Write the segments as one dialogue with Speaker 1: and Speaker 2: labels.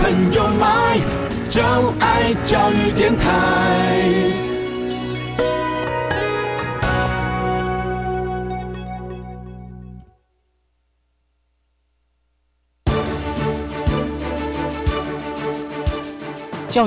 Speaker 1: 朋友买，就爱教育电台。
Speaker 2: 教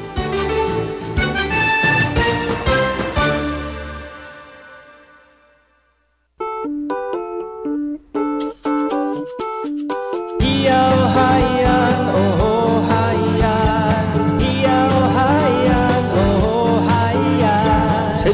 Speaker 3: 咿呀哦嗨呀，哦吼嗨呀，咿呀哦嗨呀，哦吼嗨呀。谁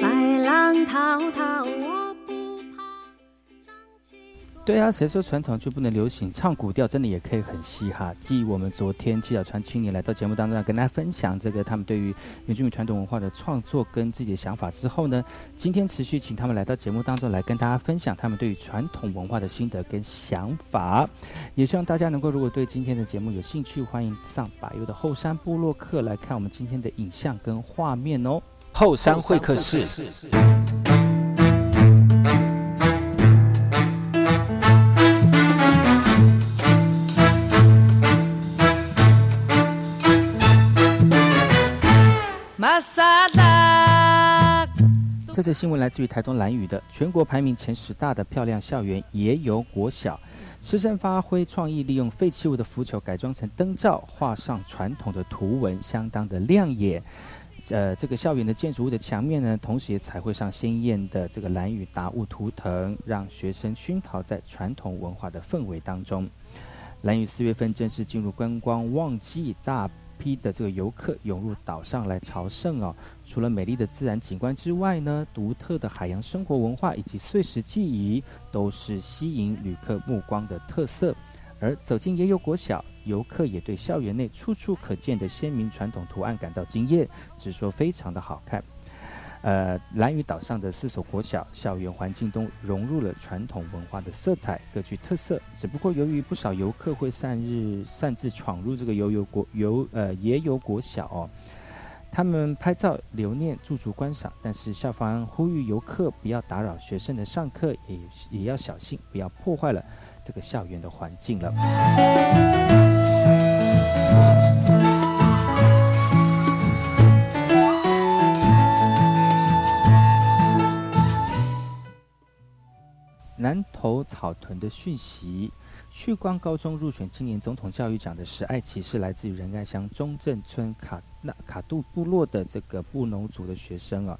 Speaker 4: 白浪滔滔，我不怕。
Speaker 3: 对啊，谁说传统就不能流行？唱古调真的也可以很嘻哈。继我们昨天七小川青年来到节目当中，要跟大家分享这个他们对于原住民传统文化的创作跟自己的想法之后呢，今天持续请他们来到节目当中来跟大家分享他们对于传统文化的心得跟想法。也希望大家能够，如果对今天的节目有兴趣，欢迎上百优的后山部落客来看我们今天的影像跟画面哦。后山会客室。
Speaker 5: Masadak
Speaker 3: 这次新闻来自于台东兰屿的全国排名前十大的漂亮校园也有国小，师生发挥创意，利用废弃物的浮球改装成灯罩，画上传统的图文，相当的亮眼。呃，这个校园的建筑物的墙面呢，同时也彩绘上鲜艳的这个兰屿达悟图腾，让学生熏陶在传统文化的氛围当中。兰屿四月份正式进入观光旺季，大批的这个游客涌入岛上来朝圣哦。除了美丽的自然景观之外呢，独特的海洋生活文化以及碎石记忆都是吸引旅客目光的特色。而走进野有国小，游客也对校园内处处可见的鲜明传统图案感到惊艳，只说非常的好看。呃，兰屿岛上的四所国小校园环境中融入了传统文化的色彩，各具特色。只不过由于不少游客会擅日擅自闯入这个游游国游呃野游国小哦，他们拍照留念、驻足观赏，但是校方呼吁游客不要打扰学生的上课，也也要小心，不要破坏了这个校园的环境了。南投草屯的讯息，旭光高中入选今年总统教育奖的十爱骑士来自于仁爱乡中正村卡那卡杜部落的这个布农族的学生啊。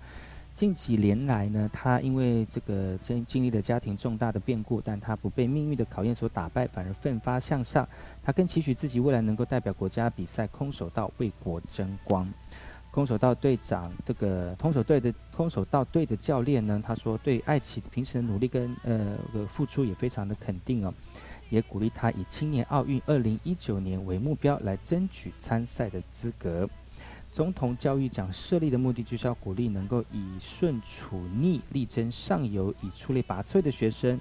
Speaker 3: 近几年来呢，他因为这个经经历了家庭重大的变故，但他不被命运的考验所打败，反而奋发向上。他更期许自己未来能够代表国家比赛空手道为国争光。空手道队长这个空手队的空手道队的教练呢，他说对爱奇平时的努力跟呃呃付出也非常的肯定哦，也鼓励他以青年奥运二零一九年为目标来争取参赛的资格。总统教育奖设立的目的就是要鼓励能够以顺处逆力争上游、以出类拔萃的学生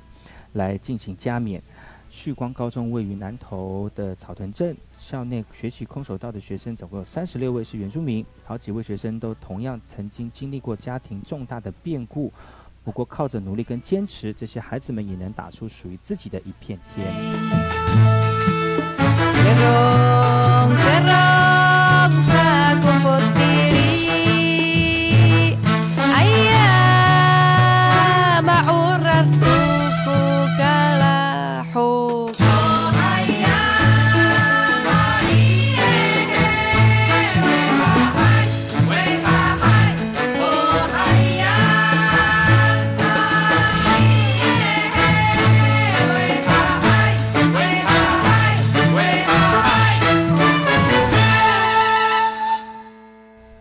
Speaker 3: 来进行加冕。旭光高中位于南投的草屯镇，校内学习空手道的学生总共有三十六位是原住民，好几位学生都同样曾经经历过家庭重大的变故。不过靠着努力跟坚持，这些孩子们也能打出属于自己的一片天。
Speaker 5: Terong terong sakumpul diri Ayah ma'urar tuku kalahu Ayah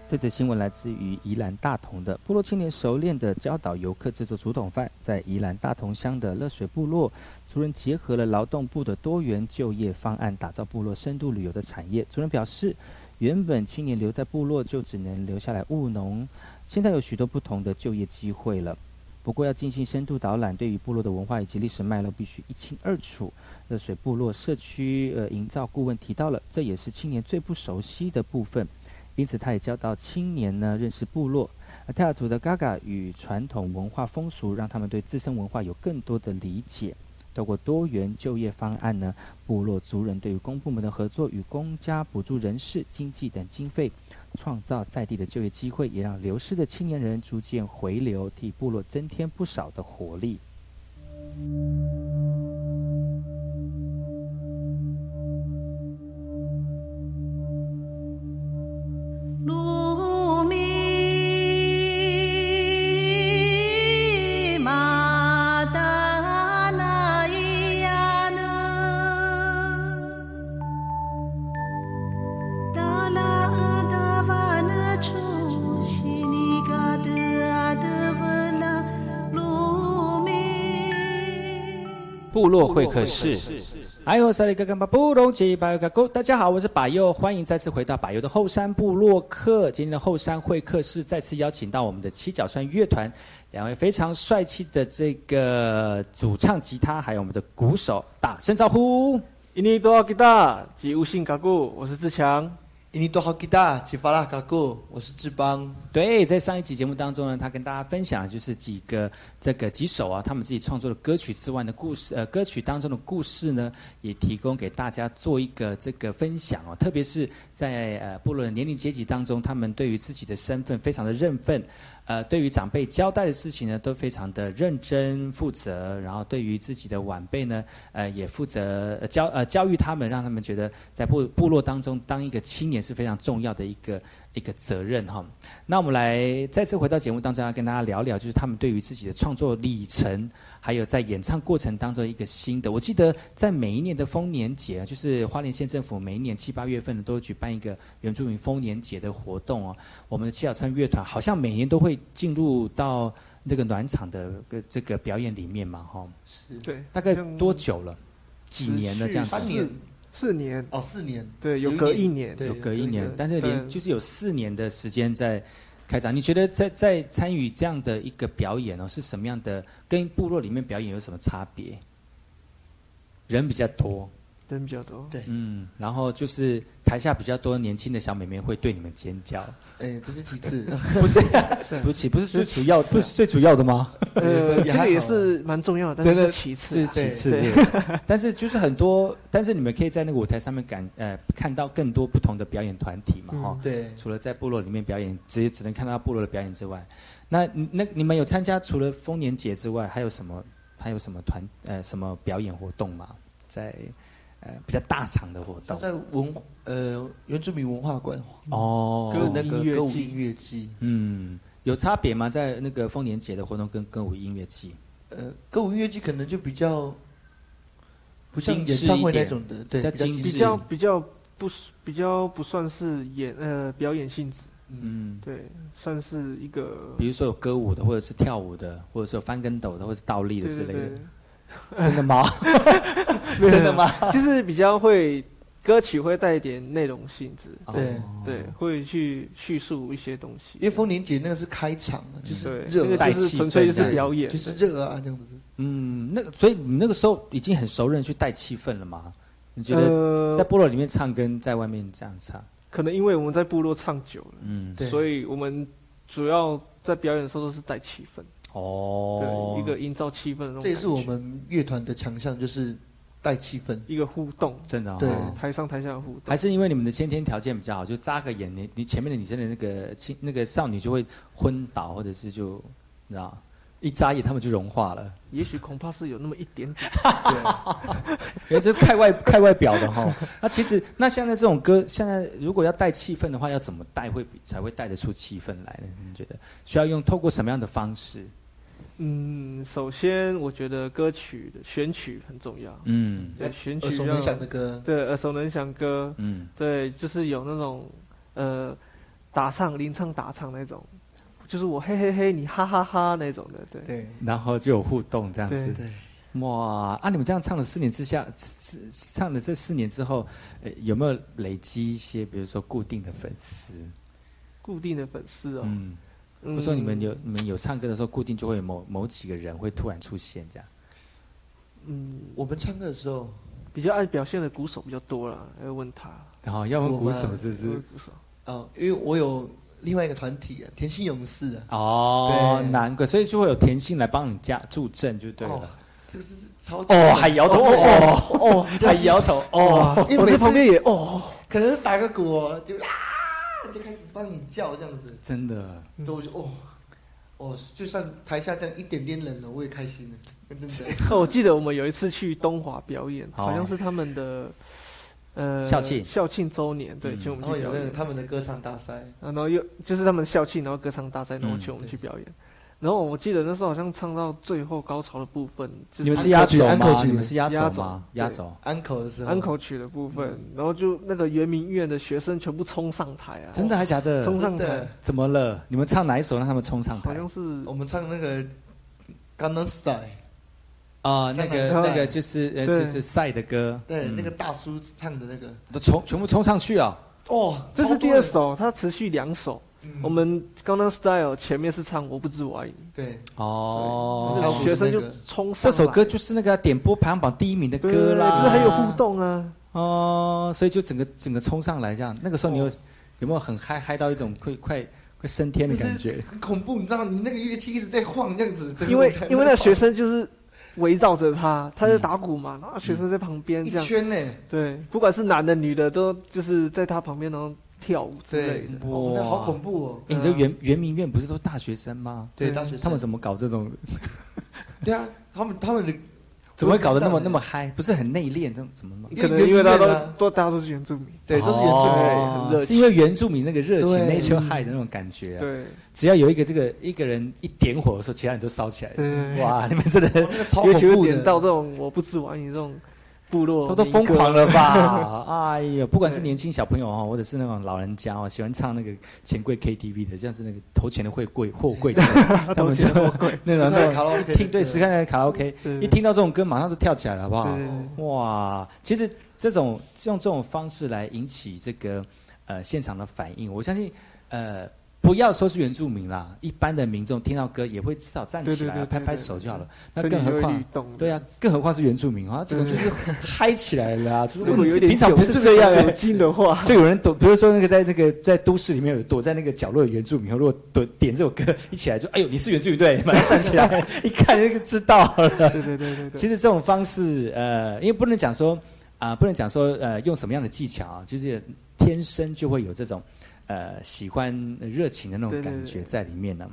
Speaker 3: 这则新闻来自于宜兰大同的部落青年熟练的教导游客制作竹筒饭，在宜兰大同乡的乐水部落，族人结合了劳动部的多元就业方案，打造部落深度旅游的产业。族人表示，原本青年留在部落就只能留下来务农，现在有许多不同的就业机会了。不过要进行深度导览，对于部落的文化以及历史脉络必须一清二楚。热水部落社区呃营造顾问提到了，这也是青年最不熟悉的部分，因此他也教导青年呢认识部落。而泰雅族的 Gaga 与传统文化风俗，让他们对自身文化有更多的理解。透过多元就业方案呢，部落族人对于公部门的合作与公家补助、人事、经济等经费，创造在地的就业机会，也让流失的青年人逐渐回流，替部落增添不少的活力。
Speaker 4: Lumi madana iyana dala adavana chushi ni gada adavala lumi
Speaker 3: 部落会客室。哎呦，萨利哥干巴布隆吉巴尤嘎古，大家好，我是把佑，欢迎再次回到把佑的后山部落客。今天的后山会客室再次邀请到我们的七角川乐团两位非常帅气的这个主唱吉他，还有我们的鼓手，打声招呼。
Speaker 6: 印尼多吉大及无信嘎固，我是志强。
Speaker 7: Ini toh kita cifalah kaku，我是志邦。
Speaker 3: 对，在上一期节目当中呢，他跟大家分享的就是几个这个几首啊，他们自己创作的歌曲之外的故事，呃，歌曲当中的故事呢，也提供给大家做一个这个分享哦。特别是在呃部落的年龄阶级当中，他们对于自己的身份非常的认份，呃，对于长辈交代的事情呢，都非常的认真负责，然后对于自己的晚辈呢，呃，也负责呃教呃教育他们，让他们觉得在部部落当中当一个青年是非常重要的一个一个责任哈、那我们来再次回到节目当中，要跟大家聊聊，就是他们对于自己的创作里程，还有在演唱过程当中一个新的。我记得在每一年的丰年节啊，就是花莲县政府每一年七八月份呢，都会举办一个原住民丰年节的活动哦。我们的七小川乐团好像每年都会进入到那个暖场的呃这个表演里面嘛，哈、
Speaker 6: 对，
Speaker 3: 大概
Speaker 6: 好像
Speaker 3: 多久了？几年了这样子？
Speaker 7: 三年
Speaker 6: 四年，
Speaker 7: 哦，四年，
Speaker 6: 对，
Speaker 7: 有
Speaker 6: 有
Speaker 7: 一
Speaker 6: 隔
Speaker 7: 年
Speaker 6: 一年。
Speaker 7: 对
Speaker 3: 有隔一年
Speaker 7: 有，
Speaker 3: 但是连
Speaker 6: 对
Speaker 3: 就是有四年的时间在开展。你觉得在在参与这样的一个表演哦，是什么样的？跟部落里面表演有什么差别？人比较多，
Speaker 6: 人比较多。
Speaker 7: 对
Speaker 3: 嗯，然后就是台下比较多年轻的小妹妹会对你们尖叫，
Speaker 7: 哎，这是 其次，
Speaker 3: 不是，不是，不是最主要，不是最主要的吗？
Speaker 6: 呃，
Speaker 7: 也
Speaker 6: 这
Speaker 7: 还好
Speaker 6: 个也是蛮重要的，但
Speaker 3: 真
Speaker 6: 是
Speaker 3: 的
Speaker 6: 是其次
Speaker 3: 这是
Speaker 6: 啊。
Speaker 3: 其次
Speaker 6: 对
Speaker 3: 是不是，但是就是很多，但是你们可以在那个舞台上面感呃看到更多不同的表演团体嘛，哈、
Speaker 6: 嗯
Speaker 7: 对，
Speaker 3: 除了在部落里面表演，只只能看到部落的表演之外，那你那你们有参加除了丰年节之外，还有什么还有什么团呃什么表演活动吗？在呃比较大场的活动
Speaker 7: 像在文呃原住民文化馆
Speaker 3: 哦
Speaker 7: 跟，那个歌
Speaker 6: 歌
Speaker 7: 舞
Speaker 6: 舞
Speaker 7: 音
Speaker 6: 音
Speaker 7: 乐季，
Speaker 3: 嗯，有差别吗？在那个丰年节的活动跟歌舞音乐季，
Speaker 7: 呃，歌舞音乐季可能就比较不像
Speaker 3: 精
Speaker 7: 演
Speaker 3: 致
Speaker 7: 唱
Speaker 3: 一
Speaker 7: 会那
Speaker 3: 点
Speaker 7: 种的，
Speaker 3: 比
Speaker 7: 对，
Speaker 3: 较
Speaker 7: 比较
Speaker 3: 精
Speaker 7: 精
Speaker 3: 致
Speaker 6: 比
Speaker 7: 致
Speaker 6: 较比较不比较不算是演呃表演性质，
Speaker 3: 嗯，
Speaker 6: 对，算是一个
Speaker 3: 比如说有歌舞的，或者是跳舞的，或者是有翻跟斗的，或者是倒立的
Speaker 6: 对
Speaker 3: 之
Speaker 6: 对
Speaker 3: 类的，
Speaker 6: 对，
Speaker 3: 真的吗？
Speaker 6: 没 有
Speaker 3: 真 的吗？
Speaker 6: 就是比较会歌曲会带一点内容性质，
Speaker 7: 对
Speaker 3: 哦
Speaker 6: 对，会去叙述一些东西。
Speaker 7: 因为丰年节那个是开场啊，就是
Speaker 6: 对，
Speaker 7: 热
Speaker 6: 那
Speaker 7: 啊
Speaker 3: 带
Speaker 6: 个
Speaker 3: 气
Speaker 6: 就
Speaker 3: 氛
Speaker 6: 是纯粹就
Speaker 7: 这样
Speaker 6: 是嗯
Speaker 7: 子
Speaker 6: 表演，
Speaker 7: 就是
Speaker 6: 对
Speaker 7: 热啊这样子，
Speaker 3: 嗯，那个，所以你那个时候已经很熟人去带气氛了吗？你觉得
Speaker 6: 呃
Speaker 3: 在部落里面唱跟在外面这样唱，
Speaker 6: 可能因为我们在部落唱久了，
Speaker 3: 嗯，
Speaker 7: 对，
Speaker 6: 所
Speaker 7: 以
Speaker 6: 以我们主要在表演的时候都是带气氛，
Speaker 3: 哦，
Speaker 6: 对，一个营造气氛的那种感觉。
Speaker 7: 这也是我们乐团的强项，就是带气氛。
Speaker 6: 一个互动，
Speaker 3: 真的、哦，
Speaker 7: 对
Speaker 6: 台上台下的互动
Speaker 3: 还。是因为你们的先天条件比较好，就扎个眼，你你前面的女生的那个青那个少女就会昏倒，或者是就你知道，一眨眼他们就融化了。
Speaker 6: 也许恐怕是有那么一点点，
Speaker 3: 因为这是看外看外表的哈。那其实那现在这种歌，现在如果要带气氛的话，要怎么带会比才会带得出气氛来呢？你觉得需要用透过什么样的方式？
Speaker 6: 嗯，首先我觉得歌曲的选曲很重要，
Speaker 3: 嗯
Speaker 6: 对，选曲
Speaker 7: 耳熟
Speaker 6: 要
Speaker 7: 能详的歌，
Speaker 6: 对耳熟能详歌，
Speaker 3: 嗯
Speaker 6: 对，就是有那种呃打唱、临唱、打唱那种，就是我嘿嘿嘿，你哈哈哈那种的，对。
Speaker 7: 对
Speaker 3: 然后就有互动这样子
Speaker 6: 对。
Speaker 7: 对，
Speaker 3: 哇，啊，你们这样唱了四年之下，是是唱了这四年之后，呃，有没有累积一些，比如说固定的粉丝？
Speaker 6: 固定的粉丝哦。
Speaker 3: 嗯，
Speaker 6: 嗯
Speaker 3: 我说你们有你们有唱歌的时候，固定就会有某某几个人会突然出现这样。
Speaker 6: 嗯，
Speaker 7: 我们唱歌的时候，
Speaker 6: 比较爱表现的鼓手比较多啦，要问他。
Speaker 3: 然后要问鼓手是不
Speaker 6: 问
Speaker 3: 是？
Speaker 6: 鼓手。
Speaker 7: 哦，因为我有另外一个团体啊，田心勇士啊，
Speaker 3: 哦，
Speaker 7: 对
Speaker 3: 难怪，所以就会有甜心来帮你加助阵就对
Speaker 7: 哦
Speaker 3: 了。
Speaker 7: 这个是超级
Speaker 3: 哦，还摇头，哦哦，还摇头，哦，
Speaker 7: 因
Speaker 6: 我
Speaker 7: 为每
Speaker 6: 在
Speaker 7: 次
Speaker 6: 旁边也哦，
Speaker 7: 可能是打个鼓哦就啊，就开始帮你叫这样子，
Speaker 3: 真的，
Speaker 6: 嗯
Speaker 7: 所以我就哦。哦，就算台下这样一点点冷了，我也开心了，真的。
Speaker 6: 哦我记得我们有一次去东华表演，
Speaker 3: 哦
Speaker 6: 好像是他们的呃
Speaker 3: 校庆
Speaker 6: 校庆周年，对，
Speaker 3: 嗯
Speaker 6: 请我们
Speaker 7: 然后
Speaker 6: 去
Speaker 7: 哦有
Speaker 6: 表
Speaker 7: 那
Speaker 6: 演
Speaker 7: 个。他们的歌唱大赛，
Speaker 6: 啊然后又就是他们校庆，然后歌唱大赛，然后
Speaker 3: 嗯
Speaker 6: 请我们
Speaker 7: 对
Speaker 6: 去表演。然后我记得那时候好像唱到最后高潮的部分，就
Speaker 3: 你们是嗯
Speaker 7: 压
Speaker 3: 压
Speaker 7: 轴
Speaker 3: 轴
Speaker 7: 安可
Speaker 3: 吗？
Speaker 7: 曲
Speaker 3: 你们是压轴
Speaker 6: 压轴
Speaker 3: 吗？
Speaker 6: 对
Speaker 3: 压轴，
Speaker 7: 安口的时候，
Speaker 6: 安口曲的部分，
Speaker 3: 嗯
Speaker 6: 然后就那个圆明园的学生全部冲上台啊，
Speaker 3: 真的还假的？
Speaker 6: 冲上
Speaker 7: 真
Speaker 6: 台
Speaker 7: 的，，
Speaker 3: 怎么了？你们唱哪一首让他们冲上
Speaker 6: 好
Speaker 3: 台？
Speaker 6: 像是
Speaker 7: 我们唱那个《Gangnam Style》，
Speaker 3: 啊、那个
Speaker 7: 江南 style
Speaker 3: 那个就是呃，
Speaker 6: 对
Speaker 3: 就是赛的歌，
Speaker 7: 对，
Speaker 3: 嗯
Speaker 7: 那个大叔唱的那个，
Speaker 3: 都冲全部冲上去啊、
Speaker 7: 哦，
Speaker 6: 这是第二，首，它持续两首。
Speaker 3: 嗯
Speaker 6: 我们刚刚 Style 前面是唱我不知我爱你，
Speaker 7: 对，
Speaker 3: 哦！
Speaker 6: 那
Speaker 7: 超
Speaker 6: 个
Speaker 7: 乎
Speaker 6: 学生就
Speaker 7: 那个
Speaker 6: 冲上
Speaker 3: 这
Speaker 6: 来
Speaker 3: 首歌就是那个点播排行榜第一名的
Speaker 6: 对
Speaker 3: 歌啦，
Speaker 6: 就是还有互动啊，
Speaker 3: 哦，所以就整个整个冲上来这样。那个时候你有、有没有很嗨嗨到一种快快快升天的感觉？
Speaker 7: 很恐怖，你知道，你那个乐器一直在晃这样子，
Speaker 6: 因为
Speaker 7: 整个舞台
Speaker 6: 因为那个学
Speaker 7: 晃
Speaker 6: 生就是围绕着他，他在打鼓嘛，然后学生在旁边
Speaker 7: 一
Speaker 6: 这样，
Speaker 7: 圈呢，
Speaker 6: 对，不管是男的女的都就是在他旁边然后跳舞之类
Speaker 7: 对
Speaker 6: 的，，
Speaker 7: 哦，那好恐怖哦，
Speaker 3: 诶你这圆圆明院不是都大学生吗？嗯
Speaker 7: 对，
Speaker 6: 对
Speaker 7: 大学生
Speaker 3: 他们怎么搞这种？
Speaker 7: 对啊，他们他们的
Speaker 3: 怎么会搞得那么那么嗨？不是很内敛，这种怎么弄？
Speaker 7: 因为
Speaker 6: 可能因为
Speaker 7: 原住
Speaker 6: 大
Speaker 7: 民
Speaker 6: 家都
Speaker 7: 啊
Speaker 6: 都大家都是原住民，
Speaker 7: 对都是原住民，
Speaker 3: 哦
Speaker 6: 很热情
Speaker 3: 是因为原住民那个热情
Speaker 7: 对
Speaker 3: nature high 的那种感觉、啊。
Speaker 6: 对
Speaker 3: 只要有一个这个一个人一点火的时候，其他人就烧起来了。
Speaker 6: 对，
Speaker 3: 哇，你们真
Speaker 7: 哦
Speaker 3: 的
Speaker 7: 那个超
Speaker 6: 尤
Speaker 7: 恐
Speaker 6: 其会
Speaker 7: 怖
Speaker 6: 点
Speaker 7: 的，
Speaker 6: 到这种我不知我爱你这种部落
Speaker 3: 都都
Speaker 6: 民歌
Speaker 3: 疯狂了 吧？哎呀，不管是
Speaker 6: 对
Speaker 3: 年轻小朋友哦，或者是那种老人家哦，喜欢唱那个钱柜 KTV 的，像是那个投钱的会柜货柜 的，他们就 那种那
Speaker 7: 对
Speaker 3: 种
Speaker 7: 卡拉 OK 的
Speaker 3: 听对
Speaker 7: 歌
Speaker 3: 时看的卡拉 OK，
Speaker 6: 对
Speaker 3: 一听到这种歌马上就跳起来了，好不
Speaker 6: 对
Speaker 3: 好？
Speaker 6: 对对
Speaker 3: 哇，其实这种用这种方式来引起这个呃现场的反应，我相信呃不要说是原住民啦，一般的民众听到歌也会至少站起来、啊
Speaker 6: 对对对对
Speaker 3: 拍拍手就好了。那
Speaker 6: 身体
Speaker 3: 更何
Speaker 6: 就会
Speaker 3: 况
Speaker 6: 律。动，
Speaker 3: 对啊，更何况是原住民啊，整个就是嗨起来了 啊！就是
Speaker 6: 如果有一点
Speaker 3: 平常不是这样
Speaker 6: 酒
Speaker 3: 哎、
Speaker 6: 精的话，
Speaker 3: 就有人躲，比如说那个在那个在都市里面有躲在那个角落的原住民，如果躲点这首歌一起来就哎呦你是原住民对，马上站起来 一看就知道了。
Speaker 6: 对对对对对，
Speaker 3: 其实这种方式，呃，因为不能讲说啊、不能讲说呃，用什么样的技巧啊，就是天生就会有这种呃喜欢热情的那种
Speaker 6: 对对
Speaker 3: 感觉
Speaker 6: 对
Speaker 3: 在里面呢。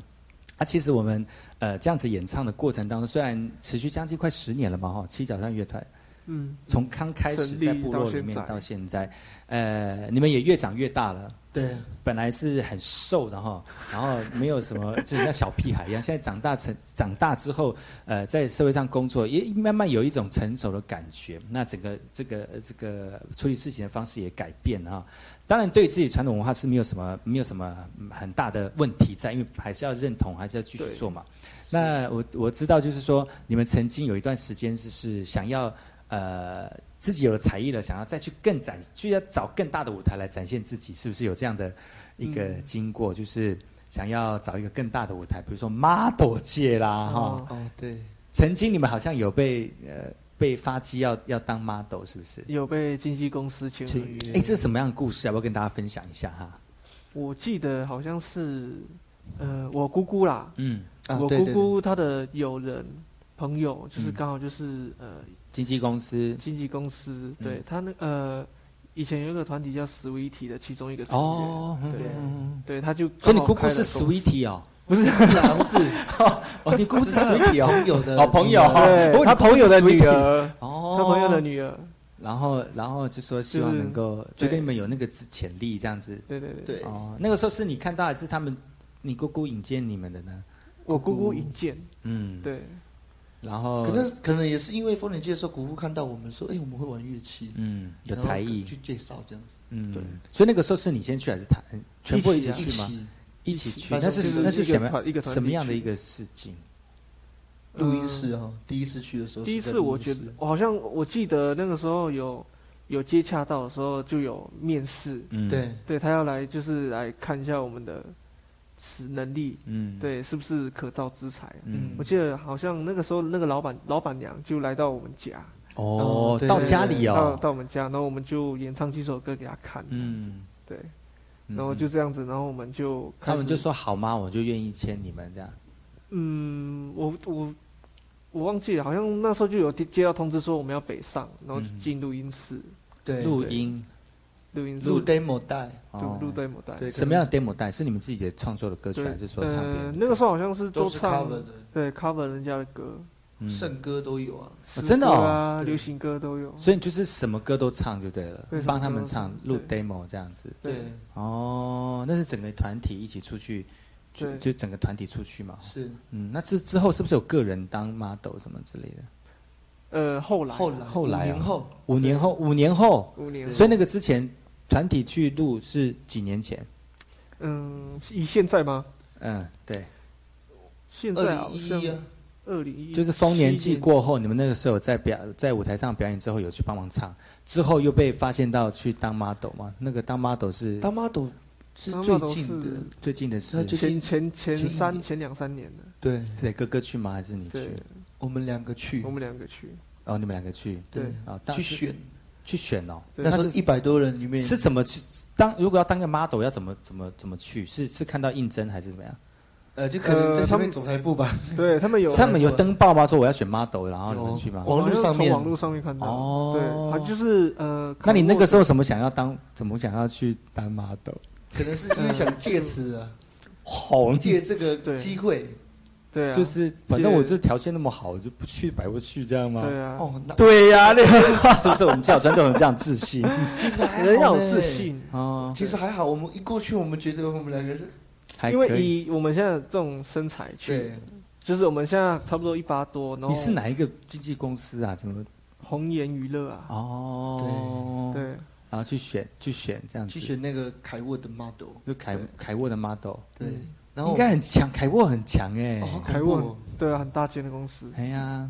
Speaker 3: 啊，其实我们呃这样子演唱的过程当中，虽然持续将近快十年了嘛哈，七角山乐团
Speaker 6: 嗯，
Speaker 3: 从刚开始
Speaker 6: 成立
Speaker 3: 在部落里面
Speaker 6: 到现在
Speaker 3: 到现在，呃，你们也越长越大了。
Speaker 7: 对，
Speaker 3: 本来是很瘦的哈，然后没有什么， 就是像小屁孩一样。现在长大成长大之后，呃，在社会上工作，也慢慢有一种成熟的感觉。那整个这个这个处理事情的方式也改变了哈。当然，对自己传统文化是没有什么没有什么嗯很大的问题在，因为还是要认同，还是要继续做嘛。那我我知道，就是说你们曾经有一段时间是是想要呃自己有了才艺了，想要再去更展，就要找更大的舞台来展现自己，是不是有这样的一个经过？就是想要找一个更大的舞台，比如说 model 界啦，哈、
Speaker 6: 哦
Speaker 7: 哦对，
Speaker 3: 曾经你们好像有被呃被发机要要当 model，是不是？
Speaker 6: 有被经纪公司签
Speaker 7: 请
Speaker 6: 约，
Speaker 7: 约
Speaker 3: 哎、这是什么样的故事？要不要跟大家分享一下哈？
Speaker 6: 我记得好像是，呃，我姑姑啦，
Speaker 3: 嗯，
Speaker 7: 啊
Speaker 6: 我
Speaker 7: 对
Speaker 6: 姑
Speaker 7: 对对
Speaker 6: 姑她的友人朋友，就是
Speaker 3: 嗯
Speaker 6: 刚好就是呃
Speaker 3: 经纪公司
Speaker 6: 经纪公司，
Speaker 3: 嗯
Speaker 6: 对她那呃以前有一个团体叫 Sweetie 的其中一个成员，
Speaker 3: 哦，
Speaker 6: 对
Speaker 3: 嗯
Speaker 6: 对，他就
Speaker 3: 所
Speaker 6: 刚
Speaker 3: 以你
Speaker 6: 好
Speaker 3: 姑
Speaker 6: 开
Speaker 3: 姑
Speaker 6: 了
Speaker 3: 是
Speaker 6: 公司
Speaker 3: sweetie 哦，
Speaker 6: 不是
Speaker 7: 是啊，不是
Speaker 3: 哦，你姑 姑是 sweetie 哦，
Speaker 7: 朋友的
Speaker 3: 哦朋友
Speaker 7: 女
Speaker 3: 哦
Speaker 7: 儿
Speaker 6: 对，他朋友的女儿，
Speaker 3: 哦，
Speaker 6: 他朋友的女儿，
Speaker 3: 然后，然后就说希望能够，就是
Speaker 6: 就
Speaker 3: 跟你们有那个资潜力这样子。
Speaker 6: 对对对，
Speaker 7: 对，
Speaker 3: 哦，那个时候是你看到还是他们，你姑姑引荐你们的呢？
Speaker 6: 我姑
Speaker 7: 姑姑
Speaker 6: 姑引荐，
Speaker 3: 嗯，。
Speaker 6: 对，
Speaker 3: 然后
Speaker 7: 可能可能也是因为丰年祭的时候，姑姑看到我们说，哎，我们会玩乐器，
Speaker 3: 嗯有
Speaker 7: 然后
Speaker 3: 才艺，
Speaker 7: 去介绍这样子，
Speaker 3: 嗯
Speaker 6: 对
Speaker 3: 所以那个时候是你先去还是他嗯全部一
Speaker 6: 一
Speaker 3: 起
Speaker 6: 起啊
Speaker 7: 一
Speaker 3: 去吗？
Speaker 7: 起
Speaker 3: 一起去，
Speaker 7: 反
Speaker 3: 那
Speaker 7: 正
Speaker 6: 就是是
Speaker 3: 那
Speaker 6: 一
Speaker 3: 是
Speaker 6: 个
Speaker 3: 什么
Speaker 6: 团一个团
Speaker 3: 什么
Speaker 6: 体
Speaker 3: 样的
Speaker 6: 去
Speaker 3: 一个事情？
Speaker 7: 录音室哈，第一次去的时候
Speaker 6: 呃第一
Speaker 7: 是在
Speaker 6: 次
Speaker 7: 录音
Speaker 6: 我觉得
Speaker 7: 室，
Speaker 6: 我好像我记得那个时候有有接洽到的时候就有面试，
Speaker 3: 嗯，
Speaker 7: 对，
Speaker 6: 对他要来就是来看一下我们的实能力，
Speaker 3: 嗯，
Speaker 6: 对是不是可造之材。啊
Speaker 3: 嗯
Speaker 6: 我记得好像那个时候那个老板老板娘就来到我们家，
Speaker 3: 哦，
Speaker 7: 对
Speaker 3: 到
Speaker 7: 对
Speaker 3: 家
Speaker 7: 对
Speaker 3: 里
Speaker 6: 到
Speaker 3: 哦，
Speaker 6: 到我们家，然后我们就演唱几首歌给他看，嗯，
Speaker 3: 嗯，
Speaker 6: 对，
Speaker 3: 嗯
Speaker 6: 然后就这样子，然后我们就开
Speaker 3: 他
Speaker 6: 始
Speaker 3: 们就说好吗？我就愿意签你们这样。
Speaker 6: 嗯，我我我忘记了，好像那时候就有接接到通知说我们要北上，然后
Speaker 3: 嗯
Speaker 6: 进录音室，
Speaker 7: 对，
Speaker 3: 录音
Speaker 6: 录音室
Speaker 7: 录 demo 带，
Speaker 3: 哦
Speaker 6: 录录 demo 带，
Speaker 7: 对，
Speaker 3: 什么样的 demo 带？是你们自己的创作的歌曲，还是说唱片
Speaker 6: 呃
Speaker 3: 的？
Speaker 6: 那个时候好像是
Speaker 7: 可能都是
Speaker 6: 唱
Speaker 7: cover 的，
Speaker 6: 对 cover 人家的歌，
Speaker 3: 嗯
Speaker 7: 圣歌都有啊，
Speaker 3: 哦真的哦
Speaker 6: 诗歌啊，
Speaker 7: 对
Speaker 6: 流行歌都有。
Speaker 3: 所以你就是什么歌都唱就对了
Speaker 6: 对，
Speaker 3: 帮他们唱
Speaker 6: 什么歌
Speaker 3: 录
Speaker 6: 都
Speaker 3: demo 这样子。
Speaker 7: 对
Speaker 6: 对，
Speaker 3: 哦，那是整个团体一起出去，就
Speaker 6: 对
Speaker 3: 就整个团体出去嘛。
Speaker 7: 是
Speaker 3: 嗯，那之之后是不是有个人当 model 什么之类的？
Speaker 6: 呃，后来
Speaker 7: 后来
Speaker 3: 后来啊
Speaker 7: 五年后
Speaker 3: 五年后，五年后，
Speaker 6: 五年，
Speaker 3: 所以那个之前团体去录是几年前？
Speaker 6: 嗯，以现在吗？
Speaker 3: 嗯，对，
Speaker 6: 现在
Speaker 7: 二
Speaker 6: 好
Speaker 7: 零一一
Speaker 6: 像
Speaker 7: 啊，
Speaker 6: 二零一，
Speaker 3: 就是丰年祭过后，你们那个时候在表在舞台上表演之后有去帮忙唱，之后又被发现到去当 model 嘛？那个当 model 是
Speaker 7: 当 model 是
Speaker 6: 当
Speaker 7: 最
Speaker 6: model
Speaker 7: 近
Speaker 6: 是
Speaker 7: 的，
Speaker 3: 最近的
Speaker 7: 那
Speaker 3: 事，
Speaker 7: 就是最
Speaker 6: 前
Speaker 7: 近
Speaker 6: 前前
Speaker 7: 前一
Speaker 6: 三
Speaker 7: 年
Speaker 6: 前两三年的，
Speaker 7: 对
Speaker 3: 谁哥哥去吗？还是你去
Speaker 6: 对？，
Speaker 7: 我们两个去
Speaker 6: 我，们两个去，
Speaker 3: 哦，你们两个去
Speaker 7: 对
Speaker 6: 对，
Speaker 3: 啊？当
Speaker 7: 去
Speaker 3: 时
Speaker 7: 选，
Speaker 3: 去选哦，
Speaker 6: 对
Speaker 7: 那时候
Speaker 3: 那是
Speaker 7: 一百多人里面
Speaker 3: 是怎么去？当如果要当个 model 要怎么怎么怎么去？是是看到应征还是怎么样？
Speaker 7: 呃，就可能在
Speaker 6: 呃
Speaker 7: 上
Speaker 6: 他
Speaker 7: 面
Speaker 6: 们
Speaker 7: 走台步吧，
Speaker 6: 对他们有
Speaker 3: 他们有登报吗？说我要选 model，然后你们去吗？
Speaker 7: 网络
Speaker 6: 好像
Speaker 7: 上面
Speaker 6: 从网络上面看到，
Speaker 3: 哦
Speaker 6: 对，他就是呃，
Speaker 3: 那你那个时
Speaker 6: 候
Speaker 3: 候怎么想要当？怎么想要去当 model？
Speaker 7: 可能是因为想借此啊，
Speaker 3: 红
Speaker 7: 借这个
Speaker 6: 对
Speaker 7: 机会
Speaker 6: 对啊，
Speaker 3: 就是反正我这条件那么好，我就不去白不去这样吗？
Speaker 6: 对啊，
Speaker 7: 哦， 那
Speaker 3: 对 呀、那是不是我们教传都很这样自信
Speaker 7: 其实还好
Speaker 6: 人要有
Speaker 7: 呢
Speaker 6: 自。信，
Speaker 3: 哦，
Speaker 7: 其实还好，我们一过去，我们觉得我们两个是
Speaker 3: 还
Speaker 6: 因
Speaker 3: 可
Speaker 6: 为
Speaker 3: 以。
Speaker 6: 以我们现在这种身材去
Speaker 7: 对，，
Speaker 6: 就是我们现在差不多一八多，然后
Speaker 3: 你是哪一个经纪公司啊？怎么
Speaker 6: 红颜娱乐啊，
Speaker 3: 哦？，
Speaker 6: 对
Speaker 3: 然后去选去选这样
Speaker 7: 去
Speaker 3: 子，
Speaker 7: 选那个凯沃的 model，
Speaker 3: 就凯
Speaker 6: 对
Speaker 3: 凯沃的 model
Speaker 7: 对
Speaker 6: 嗯，
Speaker 7: 然后
Speaker 3: 应该很强，凯沃很强哎、
Speaker 7: 哦好
Speaker 6: 凯
Speaker 7: 恐怖
Speaker 6: 沃
Speaker 7: 哦。
Speaker 6: 对啊，很大间的公司，
Speaker 3: 哎呀，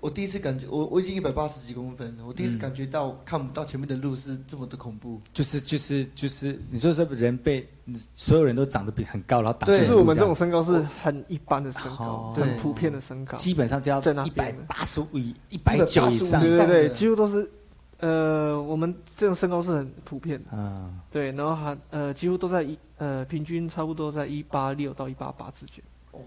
Speaker 7: 我第一次感觉，我我已经一百八十几公分了，我第一次
Speaker 3: 嗯
Speaker 7: 感觉到看不到前面的路是这么的恐怖。
Speaker 3: 就是就是就是，你说是不是人被所有人都长得比很高，然后打
Speaker 6: 就
Speaker 7: 对
Speaker 3: 成
Speaker 6: 是
Speaker 3: 路
Speaker 6: 我们这
Speaker 3: 样
Speaker 6: 种身高是很一般的身
Speaker 3: 哦
Speaker 6: 高，
Speaker 7: 对
Speaker 6: 很普遍的身高，
Speaker 3: 基本上都要
Speaker 6: 在那
Speaker 3: 一百
Speaker 6: 边
Speaker 3: 八十五、一百九以上
Speaker 6: 对
Speaker 7: 185
Speaker 6: 对
Speaker 7: 上的
Speaker 6: 对，几乎都是，呃，我们这种身高是很普遍的，
Speaker 3: 啊。
Speaker 6: 对，然后还呃几乎都在一呃平均差不多在一八六到一八八之间，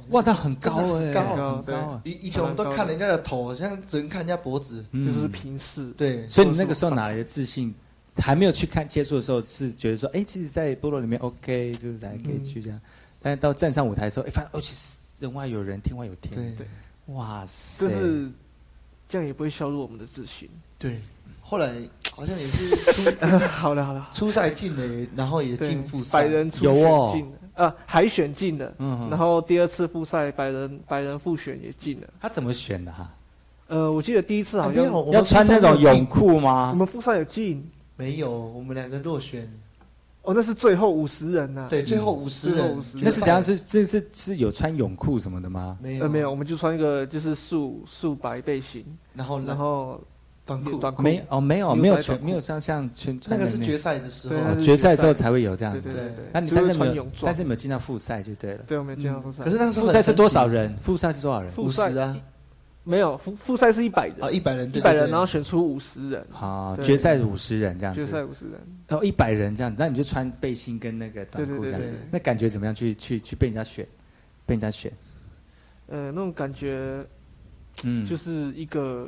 Speaker 3: 哇，那很高哎、
Speaker 7: 真的很
Speaker 6: 高
Speaker 3: 很高
Speaker 7: 以以前我们都看人家的头，现在只能看人家脖子。
Speaker 3: 哎，
Speaker 6: 就是
Speaker 3: 嗯
Speaker 6: 平视，
Speaker 7: 对，
Speaker 3: 所以你那个时候哪来的自信？还没有去看接触的时候，是觉得说，哎、其实，在部落里面 OK，就是来可以去这样。但是到站上舞台的时候，哎、发现哦，其实人外有人，天外有天
Speaker 7: 对，
Speaker 6: 对
Speaker 3: 哇塞！
Speaker 6: 就是这样也不会削弱我们的自 信。
Speaker 7: 对，后来好像也是 初，
Speaker 6: 好了好了
Speaker 7: 初赛进了，然后也进复
Speaker 6: 百
Speaker 7: 赛，
Speaker 6: 人初
Speaker 3: 有哦
Speaker 6: 选进了，呃，海选进了，
Speaker 3: 嗯
Speaker 6: 然后第二次复赛百人百人复选也进了。
Speaker 3: 他怎么选的哈、
Speaker 6: 呃，我记得第一次
Speaker 7: 啊
Speaker 6: 好
Speaker 7: 没
Speaker 6: 像
Speaker 7: 有我们
Speaker 3: 要穿那种
Speaker 7: 复赛没有
Speaker 3: 泳
Speaker 7: 进
Speaker 3: 裤
Speaker 6: 我
Speaker 7: 啊
Speaker 3: 吗？
Speaker 6: 们复赛有进，
Speaker 7: 没有，我们两个落选。
Speaker 6: 哦，那是最后五十人呐。
Speaker 7: 对，最后五十
Speaker 6: 最后
Speaker 7: 人
Speaker 6: 50，
Speaker 3: 那是怎样？是这是是有穿泳裤什么的吗？
Speaker 7: 没有
Speaker 6: 呃，没有，我，们就穿一个就是素素白背心，
Speaker 7: 然后
Speaker 6: 然
Speaker 7: 然后
Speaker 6: 后
Speaker 7: 短裤，
Speaker 6: 短裤
Speaker 3: 没哦，没有
Speaker 6: 牛仔
Speaker 3: 没有
Speaker 6: 短
Speaker 3: 全
Speaker 6: 裤
Speaker 3: 没有像像全
Speaker 7: 那个是
Speaker 3: 穿
Speaker 7: 决赛的时候
Speaker 6: 对，
Speaker 3: 哦
Speaker 6: 那是
Speaker 3: 决赛之后
Speaker 6: 决赛
Speaker 3: 才会有这样
Speaker 6: 对
Speaker 3: 子
Speaker 6: 对。对对，
Speaker 3: 那你
Speaker 6: 就
Speaker 3: 但
Speaker 6: 会
Speaker 3: 是没
Speaker 6: 穿
Speaker 3: 有
Speaker 6: 泳，装
Speaker 3: 但，是没有进到复赛就对了。
Speaker 6: 对，我没有进到复赛
Speaker 7: 嗯可。是那个时候
Speaker 3: 复赛是多少？人？复赛是呃多少人？
Speaker 6: 复
Speaker 7: 五十
Speaker 6: 赛
Speaker 7: 啊，
Speaker 6: 没有复复赛是一百
Speaker 7: 啊，
Speaker 6: 人，
Speaker 7: 一百人，
Speaker 6: 一
Speaker 7: 对
Speaker 6: 百
Speaker 7: 对
Speaker 6: 人，
Speaker 7: 对
Speaker 6: 然后选出五十人，
Speaker 3: 好，
Speaker 6: 对
Speaker 3: 决赛五十人这样
Speaker 6: 决
Speaker 3: 子，
Speaker 6: 赛五十人。
Speaker 3: 然哦后一百人这样，那你就穿背心跟那个短
Speaker 6: 对对
Speaker 3: 裤这
Speaker 6: 对
Speaker 3: 样
Speaker 6: 对
Speaker 7: 子，
Speaker 3: 那感觉怎么样？去去去被人家选，被人家选，
Speaker 6: 呃，那种感觉
Speaker 3: 嗯，
Speaker 6: 就是一个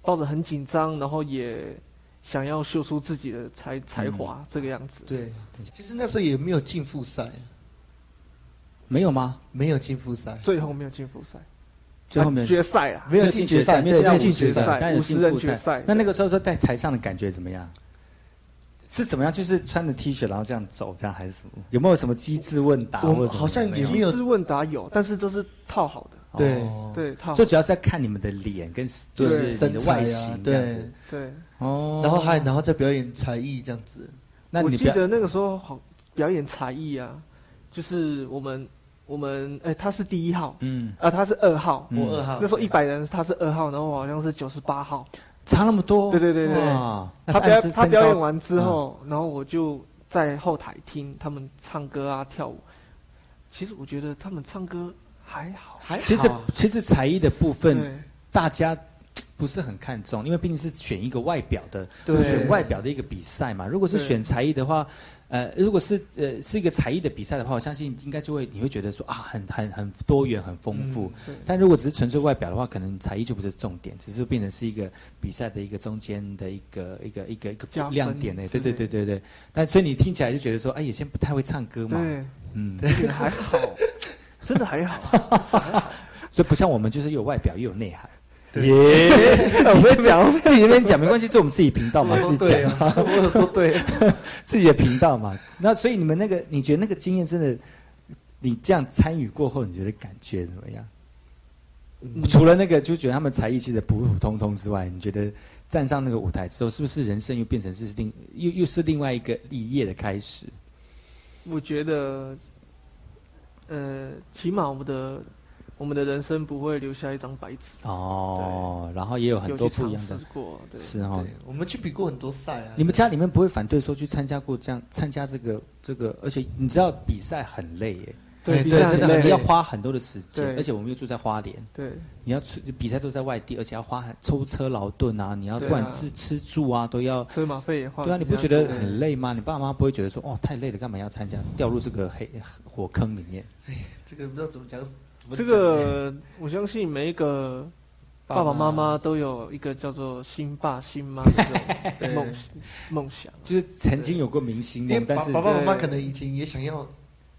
Speaker 6: 抱着很紧张，然后也想要秀出自己的才才华这个样子。
Speaker 7: 嗯对，其实那时候也没有进复赛，
Speaker 3: 没有吗？
Speaker 7: 没有进复赛，
Speaker 6: 最后没有进复赛，
Speaker 3: 最后面
Speaker 6: 啊决赛啊，
Speaker 7: 没有进决赛，
Speaker 3: 没有进
Speaker 7: 对没
Speaker 3: 到
Speaker 7: 有
Speaker 3: 五
Speaker 7: 进
Speaker 3: 十
Speaker 7: 决
Speaker 3: 人，
Speaker 7: 赛，
Speaker 3: 但有进复
Speaker 6: 50人决赛
Speaker 3: 那那个时候说在台上的感觉怎么样？是怎么样？就是穿着 T 恤然后这样走，这样还是什么？有没有什么机智问答
Speaker 7: 我
Speaker 3: 或者什么的？
Speaker 7: 好像也
Speaker 3: 没有
Speaker 7: 没有
Speaker 6: 知问答有，但是都是套好的，
Speaker 7: 对
Speaker 3: 哦，
Speaker 6: 对他好
Speaker 3: 就主要是要看你们的脸跟就
Speaker 7: 对
Speaker 3: 是你
Speaker 7: 身
Speaker 3: 的
Speaker 7: 材
Speaker 3: 外
Speaker 7: 啊
Speaker 3: 形，这样
Speaker 7: 对
Speaker 3: 子。，
Speaker 6: 对，
Speaker 3: 哦，
Speaker 7: 然后还然后再表演才艺这样 子，
Speaker 3: 那
Speaker 6: 我
Speaker 3: 你
Speaker 6: 记
Speaker 3: 不要
Speaker 6: 得那个时候好表演才艺啊，就是我们我们哎、他是第一号，
Speaker 3: 嗯，
Speaker 6: 啊、他是二号，
Speaker 3: 嗯
Speaker 7: 我二号
Speaker 6: 那时候一百人，他是二号，然后我好像是九十八号。
Speaker 3: 差那么多，
Speaker 6: 对对对对
Speaker 3: 哇，那是
Speaker 6: 他表
Speaker 3: 按身
Speaker 6: 演他表演
Speaker 3: 高嗯
Speaker 6: 完之后，然后我就在后台听他们唱歌啊跳舞。其实我觉得他们唱歌还好，
Speaker 7: 还好
Speaker 3: 其实其实才艺的部分
Speaker 6: 对
Speaker 3: 大家不是很看重，因为毕竟是选一个外表的，
Speaker 7: 对
Speaker 3: 选外表的一个比赛嘛。如果是
Speaker 6: 对
Speaker 3: 选才艺的话，呃，如果是呃是一个才艺的比赛的话，我相信应该就会你会觉得说啊，很很很多元，很丰富。
Speaker 6: 嗯对
Speaker 3: 但如果只是纯粹外表的话，可能才艺就不是重点，只是变成是一个比赛的一个中间的一个一个一个一个
Speaker 6: 加分
Speaker 3: 亮点呢。
Speaker 6: 之
Speaker 3: 对
Speaker 6: 类
Speaker 3: 对
Speaker 6: 的
Speaker 3: 对对对。但所以你听起来就觉得说，哎，有些不太会唱歌嘛，
Speaker 6: 对，
Speaker 3: 嗯，
Speaker 6: 这个还好，真的还好。
Speaker 3: 所以不像我们就是有外表又有内涵。
Speaker 7: 对
Speaker 3: 耶，自己
Speaker 6: 我们讲
Speaker 3: 自己那边讲没关系，这我们自己频道嘛，
Speaker 7: 我
Speaker 3: 自
Speaker 7: 说
Speaker 3: 己讲
Speaker 7: 对。啊，我有说对啊，
Speaker 3: 自己的频道嘛。那所以你们那个，你觉得那个经验真的，你这样参与过后，你觉得感觉怎么样？
Speaker 6: 嗯
Speaker 3: 除了那个，就觉得他们才艺其实普普通通之外，你觉得站上那个舞台之后，是不是人生又变成是另又又是另外一个一页的开始？
Speaker 6: 我觉得，呃，起码我们的我们的人生不会留下一张白纸，
Speaker 3: 哦，然后也有很
Speaker 6: 有
Speaker 3: 多
Speaker 6: 去
Speaker 3: 不一
Speaker 6: 尝
Speaker 3: 样
Speaker 6: 试
Speaker 3: 的，
Speaker 6: 过。对，
Speaker 3: 是哦
Speaker 7: 对。，我们去比过很多赛啊，
Speaker 3: 你们家里面不会反对说去参加过这样参加这个这个，而且你知道比赛很累耶，
Speaker 7: 对
Speaker 6: 比
Speaker 7: 对
Speaker 3: 真
Speaker 6: 赛很
Speaker 3: 的
Speaker 7: 累
Speaker 3: 很
Speaker 6: 累
Speaker 3: 你要花很多的时间
Speaker 6: 对，
Speaker 3: 而且我们又住在花莲，
Speaker 6: 对
Speaker 3: 你要出比赛都在外地，而且要花很舟车劳顿啊，你要
Speaker 6: 对
Speaker 3: 不
Speaker 6: 啊哦
Speaker 3: 管吃、吃住啊都要。
Speaker 6: 车马费也花。
Speaker 3: 对啊，你不觉得很累吗？你爸妈不会觉得说哦太累了，干嘛要参加，掉入这个黑火坑里面？
Speaker 7: 这个不知道怎么讲，怎么
Speaker 6: 这
Speaker 7: 讲
Speaker 6: 个？我相信每一个爸爸妈妈都有一个叫做“新爸新妈”的这种梦 想梦想。
Speaker 3: 就是曾经有过明星
Speaker 7: 因
Speaker 3: 梦
Speaker 7: 为，
Speaker 3: 但
Speaker 7: 爸
Speaker 3: 是
Speaker 7: 爸爸妈妈
Speaker 6: 对
Speaker 7: 可能以前也想要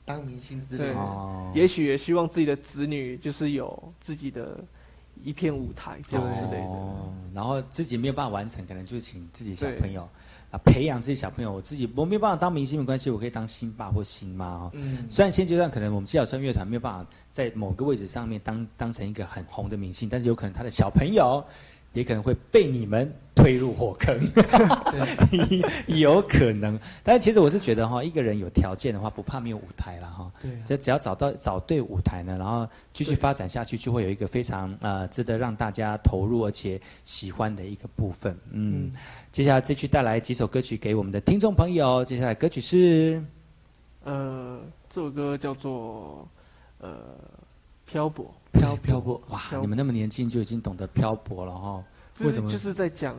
Speaker 7: 当明星之类
Speaker 6: 对
Speaker 7: 的，
Speaker 3: 哦，
Speaker 6: 也许也希望自己的子女就是有自己的一片舞台这样之类的。
Speaker 3: 哦，然后自己没有办法完成，可能就请自己小
Speaker 6: 对
Speaker 3: 朋友啊培养自己小朋友。我自己我没有办法当明星没关系，我可以当星爸或星妈哦。
Speaker 7: 嗯，
Speaker 3: 虽然现阶段可能我们七小川乐团没有办法在某个位置上面当当成一个很红的明星，但是有可能他的小朋友也可能会被你们推入火坑， 有可能。但是其实我是觉得哈，一个人有条件的话，不怕没有舞台了哈。
Speaker 7: 对啊，
Speaker 3: 只只要找到找对舞台呢，然后继续发展下去，就会有一个非常呃值得让大家投入而且喜欢的一个部分。嗯，接下来继续带来几首歌曲给我们的听众朋友。接下来歌曲是。
Speaker 6: 呃，这首歌叫做呃漂泊，
Speaker 7: 漂漂泊，
Speaker 3: 哇，
Speaker 6: 漂
Speaker 3: 你们那么年轻就已经懂得漂泊了哈。
Speaker 6: 就
Speaker 3: 为
Speaker 6: 是
Speaker 3: 什么
Speaker 6: 就是在讲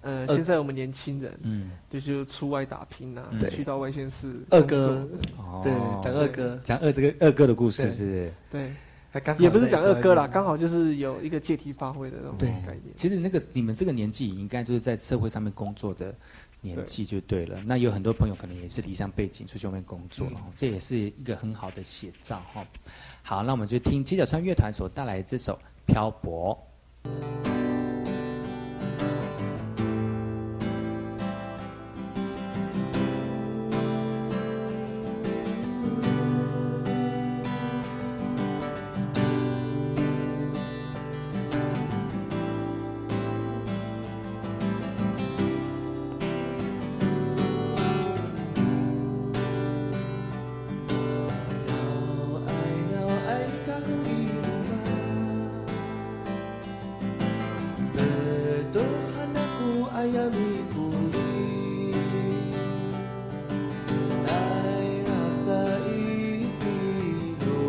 Speaker 6: 呃，
Speaker 7: 呃
Speaker 6: 现在我们年轻人
Speaker 3: 嗯，
Speaker 6: 就是出外打拼啊，
Speaker 3: 对
Speaker 6: 去到外县市
Speaker 7: 二
Speaker 6: 工作
Speaker 7: 哥，
Speaker 3: 哦
Speaker 7: 对，讲二哥，
Speaker 3: 讲二这个二哥的故事
Speaker 7: 对
Speaker 3: 是不是？
Speaker 6: 对，
Speaker 7: 还刚好
Speaker 6: 也不是讲
Speaker 7: 在
Speaker 6: 二哥啦，
Speaker 7: 在
Speaker 6: 刚好就是有一个借题发挥的那种
Speaker 7: 对
Speaker 6: 概念。
Speaker 3: 其实那个你们这个年纪应该就是在社会上面工作的年纪就对了。那有很多朋友可能也是离乡背景出去外面工作
Speaker 7: 嗯
Speaker 3: 了，这也是一个很好的写照哈。好，那我们就听七角川乐团所带来的这首《漂泊》。
Speaker 7: Kau ainau aikak ibuka Bertuhan aku ayami kuli Ai rasa itido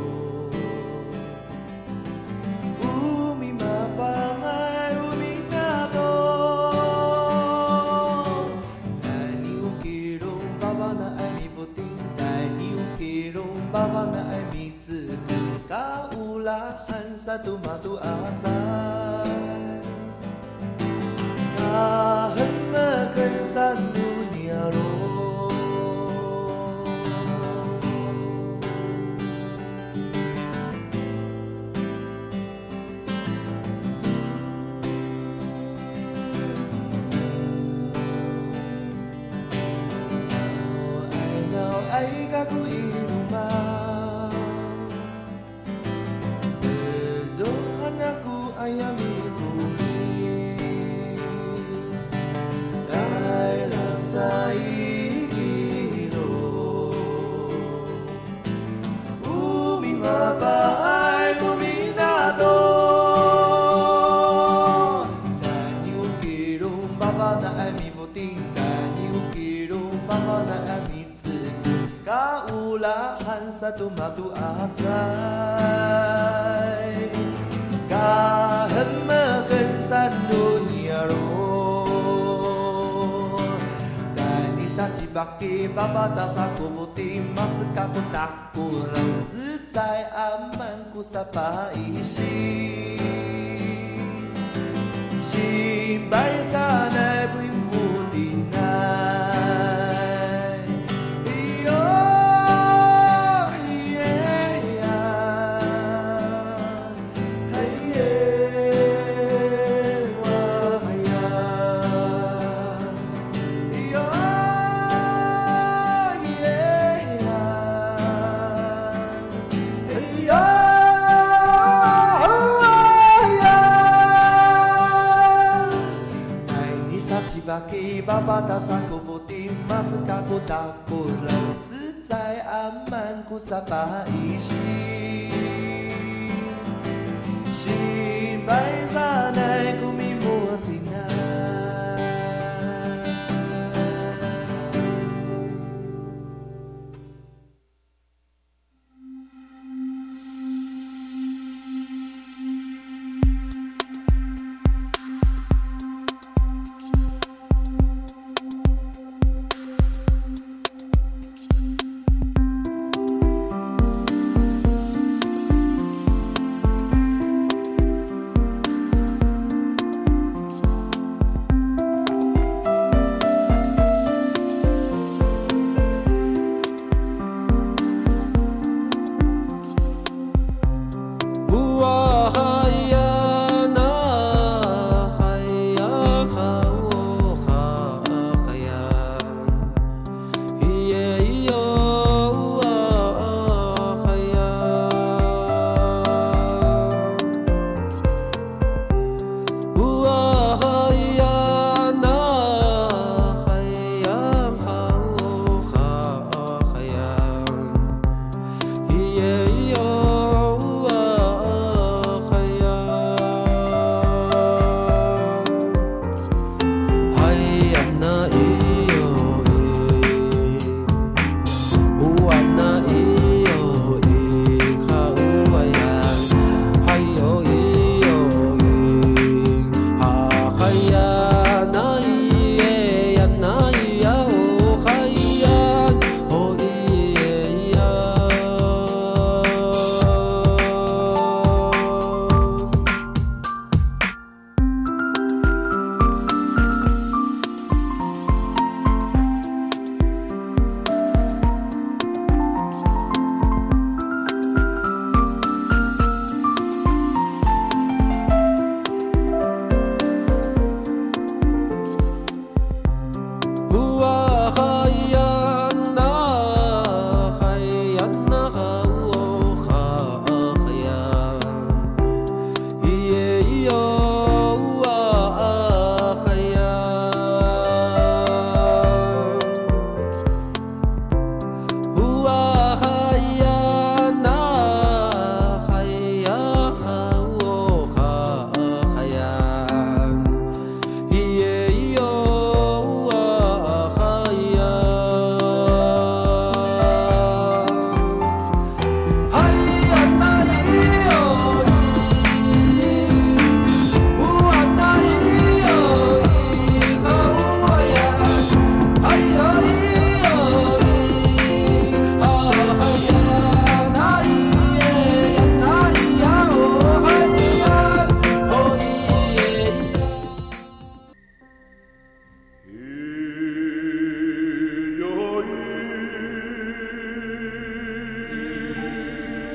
Speaker 7: Umi mapangai umi kado Tani ukiro baba na ai voting Tani ukiro baba na ai mitsuku Kaulahan satu matu asal Tahan makan satu niaro Ay nao ay kakuinuman Bedo 爱米福丁达尼乌皮鲁巴巴那爱米兹古嘎乌拉汉萨杜马杜阿塞嘎恨么跟山路尼尔罗达尼萨吉巴基巴巴达萨古福丁马兹嘎古达古老自在阿曼古萨巴伊西。心白沙奈不不的奈，咿哟咿耶呀，嘿耶哇呀，咿哟咿耶呀。哎呀，哎呀！爱你沙提巴基巴巴达萨古布迪马兹卡古达古老自在阿曼古萨巴伊西，西白沙奈古米莫蒂奈。
Speaker 8: ah, oh, ah, ah, oh, ah,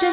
Speaker 9: 这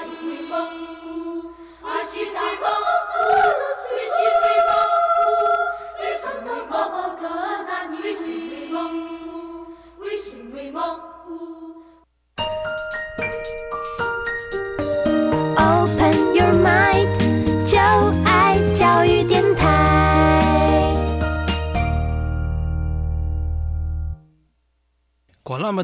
Speaker 10: Open your mind，就爱教育电台。
Speaker 11: 管那么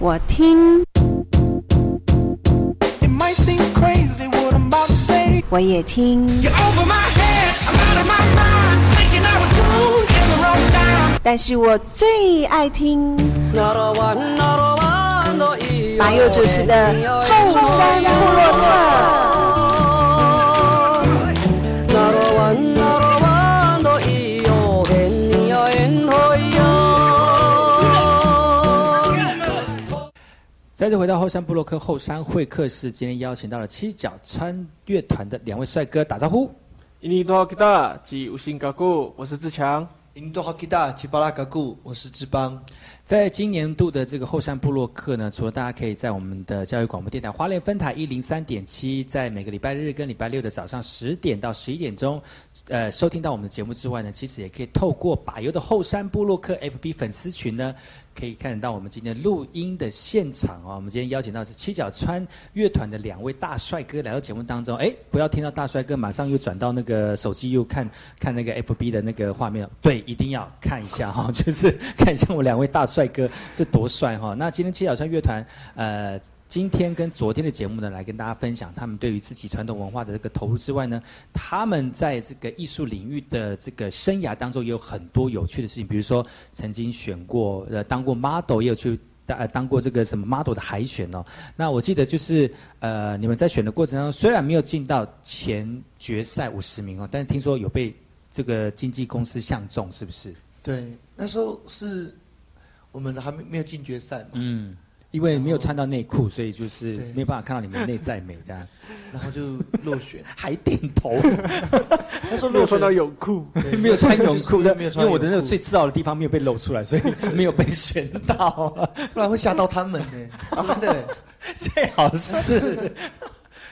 Speaker 12: 我听，
Speaker 13: It might seem crazy what I'm about to say.
Speaker 12: 我也听，
Speaker 13: You're over my head, I'm out of my mind. Thinking I was cool in the wrong time.
Speaker 12: 但是我最爱听马友主持的《后山部落客
Speaker 3: 再次回到后山部落客后山会客室，今天邀请到了七角川乐团的两位帅哥，打招呼。
Speaker 6: 印尼多哈吉达及五星嘎固，我是志强。
Speaker 14: 印度哈基大吉巴拉嘎固，我是志邦。
Speaker 3: 在今年度的这个后山部落客呢，除了大家可以在我们的教育广播电台花莲分台一零三点七，在每个礼拜日跟礼拜六的早上十点到十一点钟，呃，收听到我们的节目之外呢，其实也可以透过把油的后山部落客 FB 粉丝群呢，可以看得到我们今天录音的现场哦。我们今天邀请到的是七角川乐团的两位大帅哥来到节目当中，哎，不要听到大帅哥马上又转到那个手机又看看那个 FB 的那个画面，对，一定要看一下哈、就是看一下我们两位大帅哥是多帅哈、那今天七角川乐团呃。今天跟昨天的节目呢，来跟大家分享他们对于自己传统文化的这个投入之外呢，他们在这个艺术领域的呃这个生涯当中也有很多有趣的事情，比如说曾经选过呃当过 model，也有去当、呃、当过这个什么 model 的海选哦。那我记得就是呃你们在选的过程当中，虽然没有进到前决赛五十名哦，但是听说有被这个经纪公司相中，是不是？
Speaker 14: 对，那时候是我们还没没有进决赛嘛，
Speaker 3: 嗯，因为没有穿到内裤，所以就是
Speaker 14: 对
Speaker 3: 没有办法看到你们内在美这样，。
Speaker 14: 然后就落选
Speaker 3: 还点头。
Speaker 14: 那时候
Speaker 6: 没
Speaker 14: 落
Speaker 6: 有穿
Speaker 14: 选
Speaker 6: 到泳裤，
Speaker 14: 对
Speaker 3: 没有穿泳裤的，
Speaker 14: 没有
Speaker 3: 因
Speaker 14: 穿
Speaker 3: 为我的那
Speaker 14: 泳
Speaker 3: 个
Speaker 14: 裤
Speaker 3: 最自傲的地方没有被露出来， 所以没有被选到。
Speaker 14: 不然会吓到他们呢、真的。
Speaker 3: 最好 是，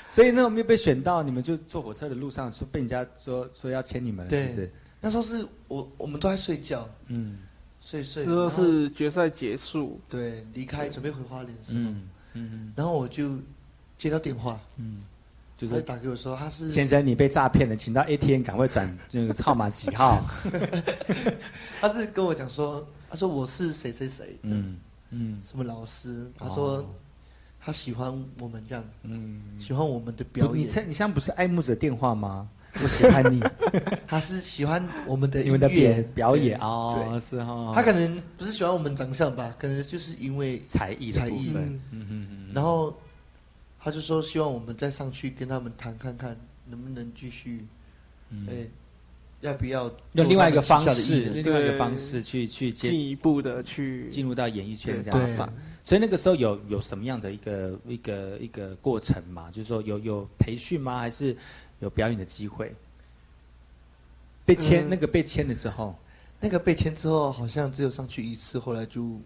Speaker 3: 所以呢没有被选到，你们就坐火车的路上说被人家说说要签你们了，是
Speaker 14: 对
Speaker 3: 不是？
Speaker 14: 那时候是我我们都在睡觉，
Speaker 3: 嗯
Speaker 14: 睡睡。
Speaker 6: 这都
Speaker 14: 然后
Speaker 6: 是决赛结束，
Speaker 14: 对离开准备回花莲的时候，
Speaker 3: 嗯嗯
Speaker 14: 然后我就接到电话，
Speaker 3: 嗯，就
Speaker 14: 他就是打给我说他是
Speaker 3: 先生你被诈骗了，请到 ATM 赶快转那个号码几 号？
Speaker 14: 他是跟我讲说，他说我是谁谁谁，嗯，
Speaker 3: 嗯嗯
Speaker 14: 什么老师，他
Speaker 3: 哦
Speaker 14: 说他喜欢我们这样，
Speaker 3: 嗯，
Speaker 14: 喜欢我们的表
Speaker 3: 不你
Speaker 14: 演，
Speaker 3: 这你现在不是爱慕者电话吗？我喜欢你，
Speaker 14: 他是喜欢我们 的
Speaker 3: 你们的
Speaker 14: 音乐
Speaker 3: 表表演
Speaker 14: 对
Speaker 3: 哦，
Speaker 14: 对
Speaker 3: 是哦，
Speaker 14: 他可能不是喜欢我们长相吧，可能就是因为，
Speaker 3: 才艺的
Speaker 14: 才
Speaker 3: 部
Speaker 14: 艺
Speaker 3: 分，
Speaker 6: 嗯，
Speaker 3: 嗯嗯
Speaker 14: 然后他就说希望我们再上去跟他们谈看看能不能继续，
Speaker 3: 嗯
Speaker 14: 哎、要不要
Speaker 3: 用另外一个方式，
Speaker 14: 做他们旗下的艺人
Speaker 3: 另外一个方式去去
Speaker 6: 进
Speaker 3: 接
Speaker 6: 一步的去
Speaker 3: 进入到演艺圈这样
Speaker 14: 对
Speaker 3: 子。所以那个时候有有什么样的一个一个一个过程嘛？就是说有有培训吗？还是有表演的机会？被签、
Speaker 6: 嗯
Speaker 3: 那个被签了之后，
Speaker 14: 那个被签之后，好像只有上去一次，后来就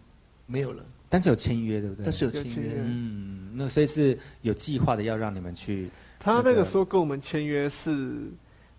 Speaker 14: 没有了，
Speaker 3: 但是有签约对不对？
Speaker 14: 但是有
Speaker 6: 有
Speaker 14: 签
Speaker 6: 签约
Speaker 14: 约。
Speaker 3: 嗯，那所以是有计划的要让你们去
Speaker 6: 他
Speaker 3: 那
Speaker 6: 那
Speaker 3: 个
Speaker 6: 个时候跟我们签约是，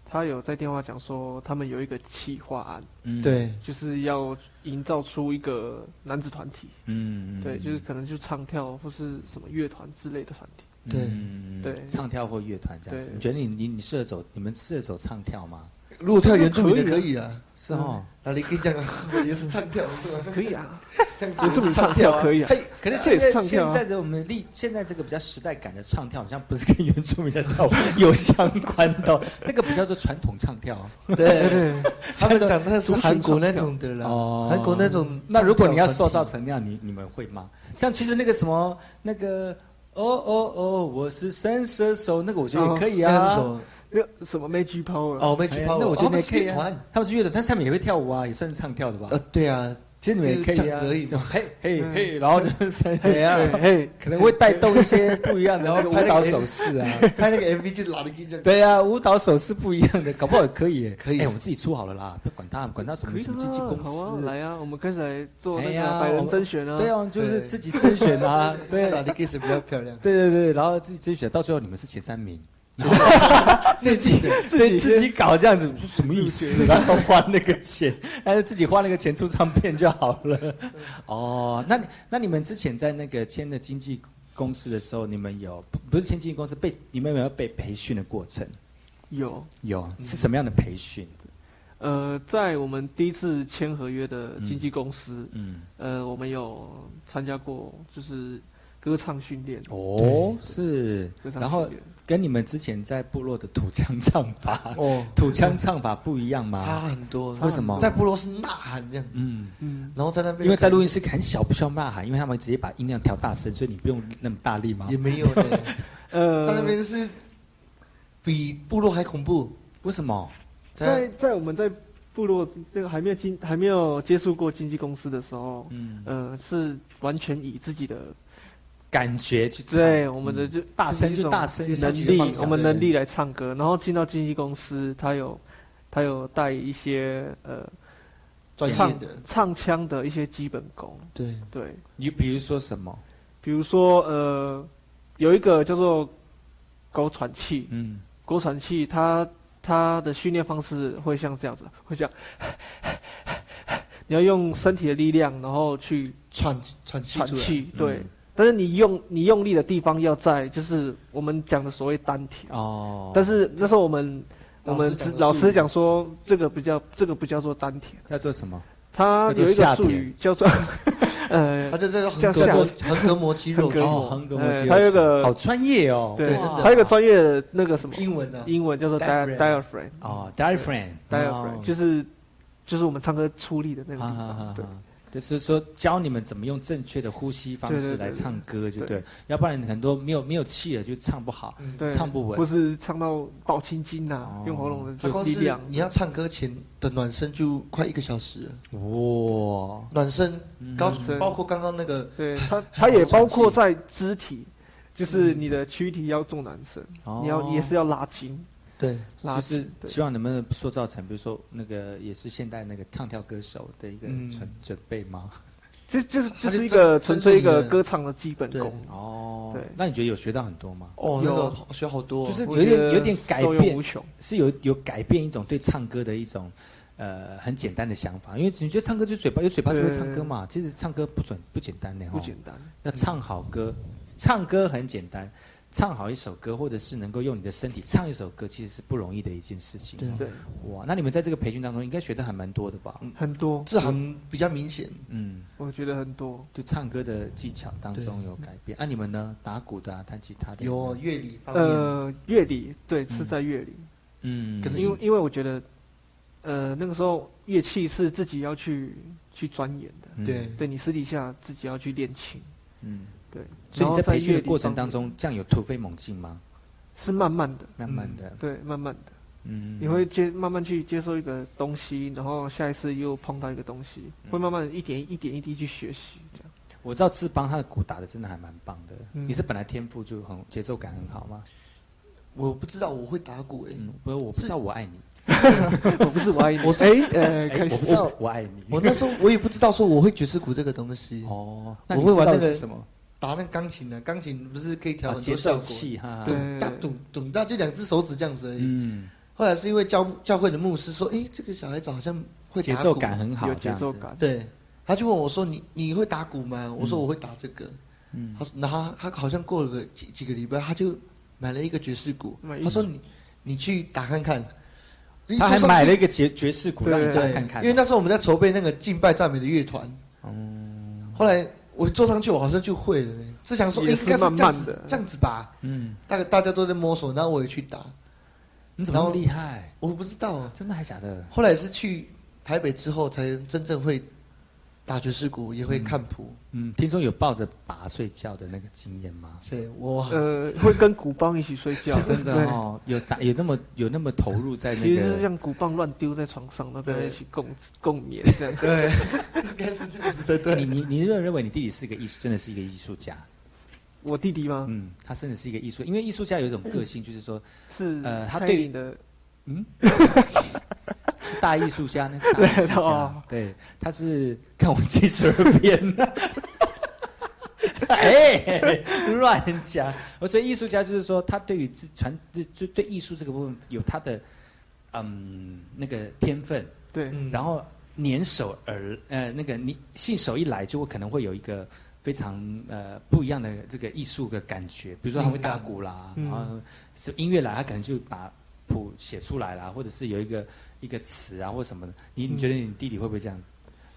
Speaker 6: 他有在电话讲说，他们有一个企划案，
Speaker 3: 嗯
Speaker 14: 对，
Speaker 6: 就是要营造出一个男子团体，
Speaker 3: 嗯
Speaker 6: 对，就是可能就唱跳或是什么乐团之类的团体。
Speaker 14: 对
Speaker 3: 嗯
Speaker 6: 对
Speaker 3: 唱跳或乐团这样子。
Speaker 6: 对
Speaker 3: 你觉得你你你适合走你们适合走唱跳吗？
Speaker 14: 如果跳原住民的可以啊，
Speaker 3: 是哦。
Speaker 14: 哪里可以这 样啊？我也是唱跳是吧？
Speaker 3: 嗯
Speaker 6: 可以 啊，
Speaker 14: 我这么唱跳
Speaker 6: 可以啊
Speaker 14: 嘿
Speaker 3: 可是
Speaker 14: 这
Speaker 3: 现
Speaker 14: 也是
Speaker 3: 在
Speaker 14: 唱
Speaker 3: 现
Speaker 14: 跳啊
Speaker 3: 在的我们历现在这个比较时代感的唱跳，好像不是跟原住民的跳舞 有相关的哦， 那个比较做传统唱跳。哦
Speaker 14: 对他
Speaker 3: 传
Speaker 14: 们
Speaker 3: 统
Speaker 14: 讲的是
Speaker 3: 族群
Speaker 14: 韩国那
Speaker 3: 唱跳
Speaker 14: 种的啦
Speaker 3: 哦，
Speaker 14: 韩国那种
Speaker 3: 那如果你要
Speaker 14: 唱跳
Speaker 3: 塑造成那样，你你们会吗？像其实那个什么那个哦哦哦，我是三射手，那个我觉得也可以
Speaker 6: 哦那
Speaker 3: 啊
Speaker 6: 是什哦么。那什么 Magic Power？
Speaker 3: 哎呀那
Speaker 8: 哦
Speaker 3: 我觉得也可以啊。他们是乐团，但是他们也会跳舞啊，也算是唱跳的吧？
Speaker 14: 呃，对啊，
Speaker 3: 其实你们也可
Speaker 14: 就是
Speaker 3: 以
Speaker 14: 这
Speaker 3: 啊哎
Speaker 14: 样子而已，
Speaker 3: 就
Speaker 14: 嘛
Speaker 3: 嘿嘿
Speaker 6: 嗯
Speaker 3: 嘿，然后就是三
Speaker 8: 哎
Speaker 14: 嘿啊
Speaker 3: 嘿，可能会带动一些不一样的那
Speaker 14: 然
Speaker 3: 个
Speaker 14: 后
Speaker 3: 舞
Speaker 14: 拍那个
Speaker 3: 蹈手势 啊。
Speaker 14: 拍那个 MV 就哪里可以这样？
Speaker 3: 对啊，舞蹈手势不一样的，搞不好也可以耶。
Speaker 14: 可以
Speaker 3: 哎，我们自己出好了啦，不要管他，管他什
Speaker 6: 可
Speaker 3: 么
Speaker 6: 以
Speaker 3: 什么经纪
Speaker 6: 啊
Speaker 3: 公
Speaker 6: 好啊
Speaker 3: 司。
Speaker 6: 来啊，我们开始来做
Speaker 3: 哎
Speaker 6: 那
Speaker 3: 呀
Speaker 6: 个百
Speaker 3: 我
Speaker 6: 人
Speaker 3: 们
Speaker 6: 甄选啊。
Speaker 3: 对啊，我们就是自己甄选啊，对，
Speaker 14: 哪里可以谁比较漂亮？
Speaker 3: 对对对，然后自己甄选，到最后你们是前三名。
Speaker 14: 自己
Speaker 3: 对自己搞这样子什么意思？然后花那个钱，但是自己花那个钱出唱片就好了。哦，那你那你们之前在那个签的经纪公司的时候，你们有不不是签经纪公司被你们有没有被培训的过程？
Speaker 6: 有
Speaker 3: 有是什么样的培训？
Speaker 6: 呃，在我们第一次签合约的经纪公司，
Speaker 3: 嗯，
Speaker 6: 呃，我们有参加过就是歌唱训练。
Speaker 3: 哦，是，
Speaker 6: 非常
Speaker 3: 然后
Speaker 6: 特别
Speaker 3: 跟你们之前在部落的土腔唱法，
Speaker 14: 哦
Speaker 3: 土腔唱法不一样吗？
Speaker 14: 差很多。
Speaker 3: 为什么
Speaker 14: 在部落是呐喊这样？
Speaker 3: 嗯
Speaker 6: 嗯，
Speaker 14: 然后在那边
Speaker 3: 因为在录音室很小，不需要呐喊，因为他们直接把音量调大声，所以你不用那么大力吗？
Speaker 14: 也没有呢，
Speaker 6: 呃，
Speaker 14: 在那边是比部落还恐怖。
Speaker 3: 为什么？
Speaker 6: 在在我们在部落那个还没有经还没有接触过经纪公司的时候，
Speaker 3: 嗯，
Speaker 6: 呃，是完全以自己的
Speaker 3: 感觉去唱
Speaker 6: 对我们的
Speaker 3: 嗯
Speaker 6: 就
Speaker 3: 大声
Speaker 6: 就是一
Speaker 3: 就
Speaker 6: 种
Speaker 3: 大声，
Speaker 6: 能
Speaker 3: 小声
Speaker 6: 力
Speaker 3: 放，小
Speaker 6: 我们能
Speaker 3: 声
Speaker 6: 力来唱歌，然后进到经纪公司，他有他有带一些呃
Speaker 14: 专业
Speaker 6: 唱
Speaker 14: 的
Speaker 6: 唱腔的一些基本功，
Speaker 14: 对
Speaker 6: 对，
Speaker 3: 你比如说什么？
Speaker 6: 比如说呃有一个叫做狗喘气，
Speaker 3: 嗯，
Speaker 6: 狗喘气它它的训练方式会像这样子，会像 你要用身体的力量，然后去
Speaker 14: 喘喘气
Speaker 6: 喘
Speaker 14: 出来
Speaker 6: 气，
Speaker 14: 嗯
Speaker 6: 对。但是你用你用力的地方要在，就是我们讲的所谓丹田。
Speaker 3: 哦
Speaker 6: 但是那时候我们我
Speaker 3: 老师
Speaker 6: 们
Speaker 3: 讲的
Speaker 6: 老
Speaker 3: 术
Speaker 6: 师
Speaker 3: 语
Speaker 6: 讲说，这个不叫这个不叫做丹田，
Speaker 3: 要做什么？叫
Speaker 6: 它
Speaker 3: 做
Speaker 6: 有一
Speaker 3: 下
Speaker 6: 个术
Speaker 3: 田
Speaker 6: 语叫做 呃，
Speaker 14: 它就叫做横
Speaker 6: 叫
Speaker 14: 膈
Speaker 6: 下
Speaker 14: 膜横膈膜肌肉
Speaker 6: 横膈膜
Speaker 14: 哦横膈
Speaker 3: 膜
Speaker 6: 哎
Speaker 3: 肌肉
Speaker 6: 它有一个
Speaker 3: 好专业哦
Speaker 6: 对
Speaker 3: 对真的
Speaker 6: 它有一个专业的那个什么
Speaker 14: 英文啊的
Speaker 6: 英文叫做
Speaker 14: Diaphragm
Speaker 6: dia- diaphragm
Speaker 3: 哦，diaphragm，
Speaker 6: diaphragm
Speaker 3: 哦
Speaker 6: 就是就是我们唱歌出力的那个地
Speaker 3: 啊啊
Speaker 6: 方，
Speaker 3: 啊
Speaker 6: 对。
Speaker 3: 就是说教你们怎么用正确的呼吸方式
Speaker 6: 对对对
Speaker 3: 来唱歌，就
Speaker 6: 对
Speaker 3: 对，要不然很多没有没有气了就唱不好
Speaker 14: 嗯
Speaker 6: 对，，
Speaker 3: 唱不哦
Speaker 6: 或
Speaker 3: 稳。
Speaker 6: 是唱到爆青筋呐、用喉咙
Speaker 14: 它
Speaker 6: 的
Speaker 14: 光
Speaker 6: 力
Speaker 14: 是
Speaker 6: 量。
Speaker 14: 你要唱歌前的暖身就快一个小时了，
Speaker 3: 哇，
Speaker 14: 暖身
Speaker 3: 嗯
Speaker 14: 高
Speaker 6: 暖身
Speaker 14: 包括刚刚那个，
Speaker 6: 对它，它也包括在肢体，就是你的躯体要做暖身，
Speaker 3: 嗯哦
Speaker 6: 你要也是要拉筋。
Speaker 14: 对，
Speaker 6: 拉
Speaker 3: 就是
Speaker 6: 对
Speaker 3: 希望能不能塑造成，比如说那个也是现代那个唱跳歌手的一个
Speaker 6: 嗯
Speaker 3: 准准备吗？
Speaker 6: 这这
Speaker 14: 它
Speaker 6: 这
Speaker 14: 是
Speaker 6: 是一
Speaker 14: 真
Speaker 6: 个纯粹一
Speaker 14: 真正
Speaker 6: 个
Speaker 14: 的
Speaker 6: 歌唱的基本功。
Speaker 3: 哦
Speaker 6: 对，
Speaker 3: 那你觉得有学到很多吗？
Speaker 14: 哦，那个学好多哦，
Speaker 3: 就是
Speaker 6: 我
Speaker 3: 有
Speaker 6: 觉得
Speaker 3: 点有点改
Speaker 6: 受用无
Speaker 3: 变
Speaker 6: 穷，
Speaker 3: 是有有改变一种对唱歌的一种呃很简单的想法，因为你觉得唱歌就是嘴巴，有嘴巴就会唱歌嘛。其实唱歌不准不简单的
Speaker 6: 不
Speaker 3: 哦，
Speaker 6: 简嗯单。
Speaker 3: 要唱好歌，唱歌很简单，唱好一首歌，或者是能够用你的身体唱一首歌，其实是不容易的一件事情哦。
Speaker 6: 对，
Speaker 3: 哇，那你们在这个培训当中应该学的还蛮多的吧？
Speaker 6: 很多，
Speaker 14: 这行比较明显，
Speaker 3: 嗯，
Speaker 6: 我觉得很多。
Speaker 3: 就唱歌的技巧当中有改变。啊，你们呢？打鼓的、啊、弹吉他的
Speaker 14: 有哦乐理方面，
Speaker 6: 呃，乐理对是在乐理，
Speaker 3: 嗯，
Speaker 14: 可能
Speaker 6: 因为因为我觉得，呃，那个时候乐器是自己要去去钻研的，
Speaker 3: 嗯
Speaker 14: 对
Speaker 6: 对你私底下自己要去练琴，
Speaker 3: 嗯，
Speaker 6: 对。
Speaker 3: 所以
Speaker 6: 然
Speaker 3: 你
Speaker 6: 后
Speaker 3: 在培训
Speaker 6: 乐
Speaker 3: 的
Speaker 6: 理
Speaker 3: 过程
Speaker 6: 方面
Speaker 3: 当中，这样有突飞猛进吗？
Speaker 6: 是慢慢的，
Speaker 3: 慢慢的，
Speaker 6: 对，慢慢的，
Speaker 3: 嗯，
Speaker 6: 你会接慢慢去接受一个东西，然后下一次又碰到一个东西，
Speaker 3: 嗯
Speaker 6: 会慢慢一点一点一滴去学习，这样。
Speaker 3: 我知道志邦他的鼓打的真的还蛮棒的。
Speaker 6: 嗯
Speaker 3: 你是本来天赋就很节奏感很好吗？
Speaker 14: 我不知道我会打鼓诶，
Speaker 3: 嗯，不是，我不知道我爱你。
Speaker 6: 我不是我爱你，
Speaker 14: 我是
Speaker 6: 哎呃，
Speaker 3: 哎，
Speaker 6: 开
Speaker 3: 我不知
Speaker 6: 始
Speaker 3: 道我爱你。
Speaker 14: 我哦那 时候我也不知道说我会爵士鼓这个东西，
Speaker 3: 哦，那
Speaker 14: 我
Speaker 3: 你
Speaker 14: 会
Speaker 3: 知
Speaker 14: 玩
Speaker 3: 道
Speaker 14: 那
Speaker 3: 的
Speaker 14: 个
Speaker 3: 是什么？
Speaker 14: 打那个钢琴的，钢琴不是可以调
Speaker 3: 啊
Speaker 14: 很
Speaker 3: 节
Speaker 14: 多效
Speaker 3: 奏
Speaker 14: 果，
Speaker 3: 器哈。哈
Speaker 14: 咚哒咚咚哒，就两只手指这样子而已。
Speaker 3: 嗯，
Speaker 14: 后来是因为教教会的牧师说，诶，这个小孩子好像会
Speaker 3: 节
Speaker 14: 打
Speaker 3: 奏
Speaker 14: 鼓
Speaker 3: 感很好
Speaker 6: 有，
Speaker 3: 这
Speaker 6: 节
Speaker 3: 样
Speaker 6: 奏
Speaker 3: 子。
Speaker 6: 感，
Speaker 14: 对，他就问我说：“你你会打鼓吗？”我说：“我会打这个。”
Speaker 3: 嗯
Speaker 14: 他说，然后他他好像过了个几几个礼拜，他就买了一个爵士鼓
Speaker 6: 买一。
Speaker 14: 他说：“你你去打看看。”你
Speaker 3: 他还
Speaker 14: 就上去
Speaker 3: 买了一个爵爵士鼓让你大家
Speaker 14: 对，
Speaker 3: 看看哦
Speaker 14: 因。为那时候我们在筹备那个敬拜赞美的乐团，后来我坐上去，我好像就会了呢。只想说，诶
Speaker 6: 也
Speaker 14: 应
Speaker 6: 是
Speaker 14: 该是
Speaker 6: 慢
Speaker 14: 这样
Speaker 6: 慢
Speaker 14: 子
Speaker 6: 的，
Speaker 14: 这样子吧。
Speaker 3: 嗯，
Speaker 14: 大概大家都在摸索，然后我也去打。
Speaker 3: 你
Speaker 6: 怎么那么厉
Speaker 3: 害？
Speaker 14: 我不知道，啊
Speaker 3: 真的还假的？
Speaker 14: 后来是去台北之后，才真正会打爵士鼓，也会看谱。
Speaker 3: 嗯，听说有抱着拔睡觉的那个经验吗？，
Speaker 14: 谁、我
Speaker 6: 呃，会跟鼓棒一起睡 觉
Speaker 3: 真的
Speaker 6: 对
Speaker 3: 哦，有打有那么有那么投入在那
Speaker 6: 其实就是
Speaker 3: 个，
Speaker 6: 像鼓棒乱丢在床上，那大家
Speaker 14: 对
Speaker 6: 一起共共眠这样。
Speaker 14: 对，应该是这样子才
Speaker 3: 你
Speaker 14: 对。啊
Speaker 3: 你你认不认为你弟弟是个艺术，真的是一个艺术家？
Speaker 6: 我弟弟吗？
Speaker 3: 嗯，他真的是一个艺术，因为艺术家有一种个性，就是说
Speaker 6: 是
Speaker 3: 呃他
Speaker 6: 蔡
Speaker 3: 对
Speaker 6: 依林的
Speaker 3: 是大艺术家，那是大艺
Speaker 6: 对
Speaker 3: 术家
Speaker 6: 哦，
Speaker 3: 对，他是看我七十二变。 哎，乱讲！我所以艺术家就是说，他对于自传就就对艺术这个部分有他的嗯那个天分，
Speaker 6: 对，
Speaker 14: 嗯
Speaker 3: 然后粘手而呃那个你信手一来，就会可能会有一个非常呃不一样的这个艺术的感觉。比如说他会打鼓啦，
Speaker 6: 嗯
Speaker 3: 然后是音乐来，他可能就把谱写出来啦，或者是有一个一个词啊或什么的。你你觉得你弟弟会不会这样？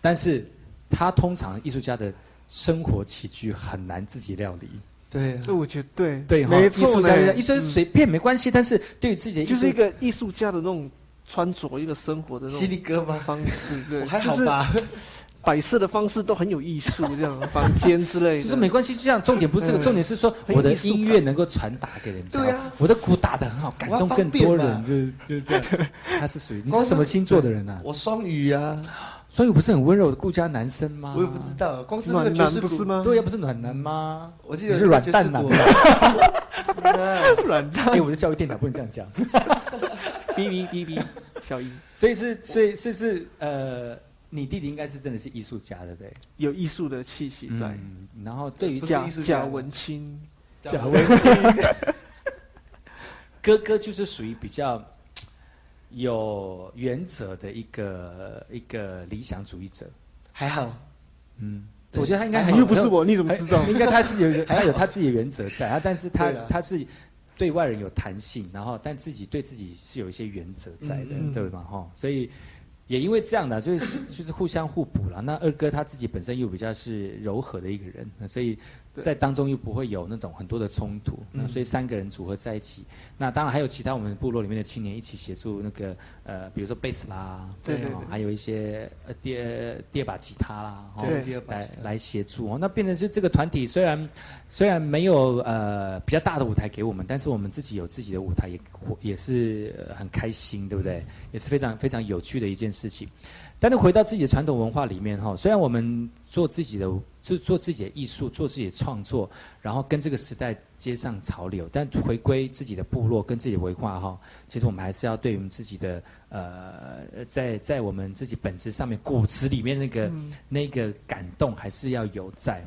Speaker 3: 但是他通常艺术家的生活起居很难自己料理。
Speaker 14: 对，
Speaker 6: 这我觉得对
Speaker 3: 对哈，
Speaker 6: 没
Speaker 3: 艺
Speaker 6: 错呢，
Speaker 3: 术家就是这样艺术
Speaker 6: 嗯
Speaker 3: 随便没关系，但是对于自己的艺
Speaker 6: 就是
Speaker 3: 术
Speaker 6: 一个艺术家的那种穿着，一个生活的那
Speaker 14: 犀
Speaker 6: 种
Speaker 14: 利哥吗？
Speaker 6: 方式，对，
Speaker 14: 我还好吧，
Speaker 6: 就是摆设的方式都很有艺术，这 样房间之类的，
Speaker 3: 就是没关系，就像重点不是这个，
Speaker 6: 嗯
Speaker 3: 重点是说
Speaker 6: 很有
Speaker 3: 我的
Speaker 6: 艺术感
Speaker 3: 音乐能够传达给人家，
Speaker 14: 对啊
Speaker 3: 我的鼓打得很好，感动更多
Speaker 14: 我要
Speaker 3: 人，
Speaker 14: 方
Speaker 3: 就是就是这样。他是属于你是什么星座的人啊？
Speaker 14: 我双鱼啊，
Speaker 3: 所以我不是很温柔的顾家男生吗？
Speaker 14: 我也不知道，光是那个
Speaker 6: 暖
Speaker 14: 爵
Speaker 6: 男
Speaker 14: 士
Speaker 6: 不是
Speaker 14: 鼓，
Speaker 6: 吗？
Speaker 3: 对呀，不是暖男吗？
Speaker 14: 我记得
Speaker 3: 你是
Speaker 14: 有
Speaker 3: 软
Speaker 14: 爵士
Speaker 3: 蛋男
Speaker 14: 鼓
Speaker 3: 吧。
Speaker 14: 嗯
Speaker 6: 软蛋，
Speaker 3: 哎，我的教育电台不能这样讲，
Speaker 6: 哔哔哔哔，小姨
Speaker 3: 所以是所以是是呃，你弟弟应该是真的是艺术家，对不对？
Speaker 6: 有艺术的气息在，
Speaker 3: 嗯，然后对于
Speaker 14: 不是
Speaker 6: 贾
Speaker 14: 艺术家
Speaker 6: 贾文清，
Speaker 3: 贾文清， 哥哥就是属于比较有原则的一个一个理想主义者。
Speaker 14: 还好，
Speaker 3: 嗯，
Speaker 14: 对
Speaker 3: 我觉得他应该很
Speaker 6: 你
Speaker 3: 有
Speaker 6: 哎又不
Speaker 14: 哎
Speaker 6: 是我，你怎么知道？
Speaker 3: 哎 应该他是有一 个
Speaker 14: 还好
Speaker 3: 他有他自己的原则在，他但是他
Speaker 14: 对啊
Speaker 3: 他是对外人有弹性，然后但自己对自己是有一些原则在的，
Speaker 6: 嗯嗯
Speaker 3: 对吧？哈，所以也因为这样的，啊就是就是互相互补了。那二哥他自己本身又比较是柔和的一个人，所以在当中又不会有那种很多的冲突。
Speaker 6: 嗯
Speaker 3: 那所以三个人组合在一起，那当然还有其他我们部落里面的青年一起协助那个呃，比如说贝斯啦，
Speaker 6: 对对
Speaker 3: 哦还有一些呃第二第二把吉他啦，哦
Speaker 14: 对第二把
Speaker 3: 来
Speaker 14: 吉他
Speaker 3: 来协助哦。那变成是这个团体虽然虽然没有呃比较大的舞台给我们，但是我们自己有自己的舞台也，也是呃很开心，对不对？也是非常非常有趣的一件事情。但是回到自己的传统文化里面哈、虽然我们做自己的做做自己的艺术，做自己的创作，然后跟这个时代接上潮流，但回归自己的部落跟自己的文化哈、其实我们还是要对我们自己的呃，在在我们自己本质上面骨子里面那个、那个感动还是要有在。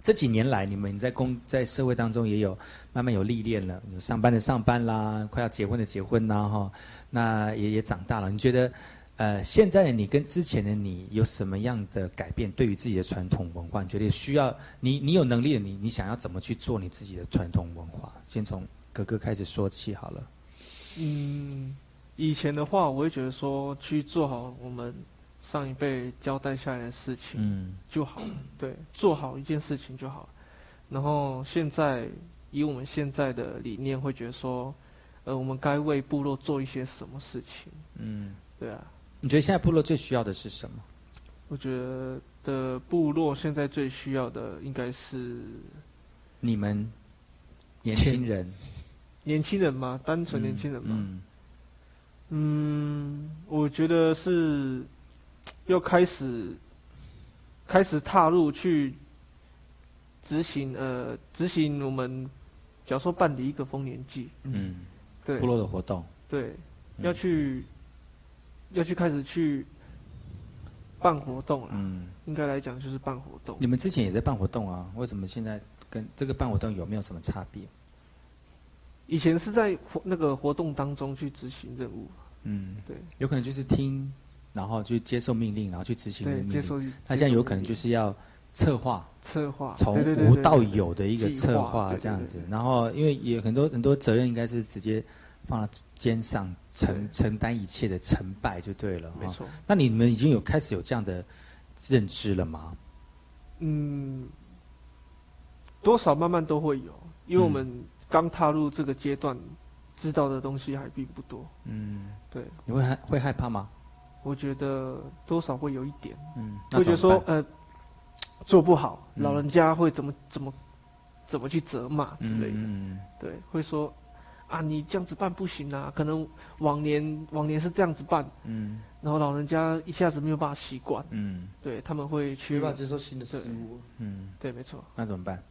Speaker 3: 这几年来，你们在工在社会当中也有慢慢有历练了，有上班的上班啦，快要结婚的结婚啦，哈，那也也长大了。你觉得，呃，现在的你跟之前的你有什么样的改变？对于自己的传统文化，你觉得需要你你有能力的你，你想要怎么去做你自己的传统文化？先从哥哥开始说起好了。
Speaker 6: 嗯，以前的话，我会觉得说去做好我们上一辈交代下来的事情
Speaker 3: 嗯
Speaker 6: 就好 了，对，做好一件事情就好了。然后现在以我们现在的理念，会觉得说，呃，我们该为部落做一些什么事情，
Speaker 3: 嗯，
Speaker 6: 对啊。
Speaker 3: 你觉得现在部落最需要的是什么？
Speaker 6: 我觉得的部落现在最需要的应该是
Speaker 3: 你们年轻人，
Speaker 6: 年轻人嘛，单纯年轻人嘛。
Speaker 3: 嗯
Speaker 6: 嗯，我觉得是要开始开始踏入去执行呃执行我们，假如说办理一个丰年祭，
Speaker 3: 嗯，
Speaker 6: 对
Speaker 3: 部落的活动，
Speaker 6: 对，
Speaker 3: 嗯
Speaker 6: 要去、要去开始去办活动了，
Speaker 3: 嗯，
Speaker 6: 应该来讲就是办活动
Speaker 3: 你。们之前也在办活动啊，为什么现在跟这个办活动有没有什么差别？
Speaker 6: 以前是在活那个活动当中去执行任务，
Speaker 3: 嗯，
Speaker 6: 对
Speaker 3: 有可能就是听，然后就接受命令，然后去执行
Speaker 6: 对，
Speaker 3: 命
Speaker 6: 接
Speaker 3: 令。
Speaker 6: 受。
Speaker 3: 他现在有可能就是要策划，
Speaker 6: 策划，
Speaker 3: 从
Speaker 6: 对对对
Speaker 3: 无
Speaker 6: 对
Speaker 3: 到
Speaker 6: 对
Speaker 3: 有的一个
Speaker 6: 计
Speaker 3: 策
Speaker 6: 划
Speaker 3: 划
Speaker 6: 对对
Speaker 3: 这样
Speaker 6: 对
Speaker 3: 子。然后因为也很多很多责任应该是直接放到肩上，承承担一切的成败就对了。
Speaker 6: 没
Speaker 3: 哈
Speaker 6: 错
Speaker 3: 那你们已经有开始有这样的认知了吗？
Speaker 6: 嗯，多少慢慢都会有，因为我
Speaker 3: 嗯
Speaker 6: 们刚踏入这个阶段，知道的东西还并不多。
Speaker 3: 嗯，
Speaker 6: 对，
Speaker 3: 你会害会害怕吗？
Speaker 6: 我觉得多少会有一点，
Speaker 3: 嗯那
Speaker 6: 会觉得
Speaker 3: 怎么
Speaker 6: 说呃做不好，
Speaker 3: 嗯
Speaker 6: 老人家会怎么怎么怎么去责骂之类的，
Speaker 3: 嗯
Speaker 6: 对，会说啊你这样子办不行啊，可能往年往年是这样子办，
Speaker 3: 嗯
Speaker 6: 然后老人家一下子没有办法习惯，
Speaker 3: 嗯
Speaker 6: 对他们会去
Speaker 14: 没办法接受新的事
Speaker 6: 对
Speaker 14: 物，
Speaker 3: 嗯，
Speaker 6: 对，没错，
Speaker 3: 那怎么办？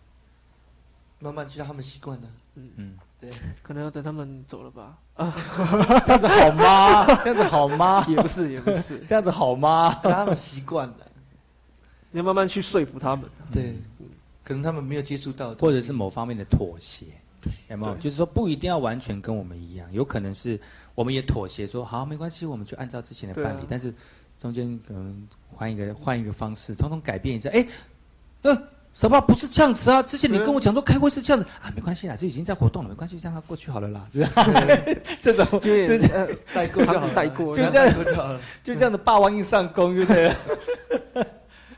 Speaker 14: 慢慢去让他们 习惯了。
Speaker 6: 嗯
Speaker 3: 嗯，
Speaker 14: 对，
Speaker 6: 可能要等他们走了吧。
Speaker 3: 这样子好吗？这样子好吗？
Speaker 6: 也不是，也不是，
Speaker 3: 这样子好吗？
Speaker 14: 让他们习惯了。
Speaker 6: 你要慢慢去说服他们。
Speaker 14: 对，可能他们没有接触到的东
Speaker 3: 或
Speaker 14: 西，
Speaker 3: 者是某方面的妥协，有没有？
Speaker 14: 对
Speaker 3: 就是说不一定要完全跟我们一样，有可能是我们也妥协说好没关系，我们就按照之前的
Speaker 6: 对啊
Speaker 3: 办理，但是中间可能换一个换一个方式，通通改变一下。哎，呃，什么不是这样子啊？之前你
Speaker 6: 对啊
Speaker 3: 跟我讲说开会是这样子啊，没关系啦，这已经在活动了，没关系，让它过去好了啦，就是 这种
Speaker 6: 就有
Speaker 3: 就
Speaker 6: 点
Speaker 3: 是
Speaker 6: 呃
Speaker 14: 带过就好了，
Speaker 6: 带过
Speaker 3: 就
Speaker 14: 让
Speaker 3: 这样
Speaker 14: 他带过就好了。
Speaker 3: 就这样子霸王硬上弓，就对了。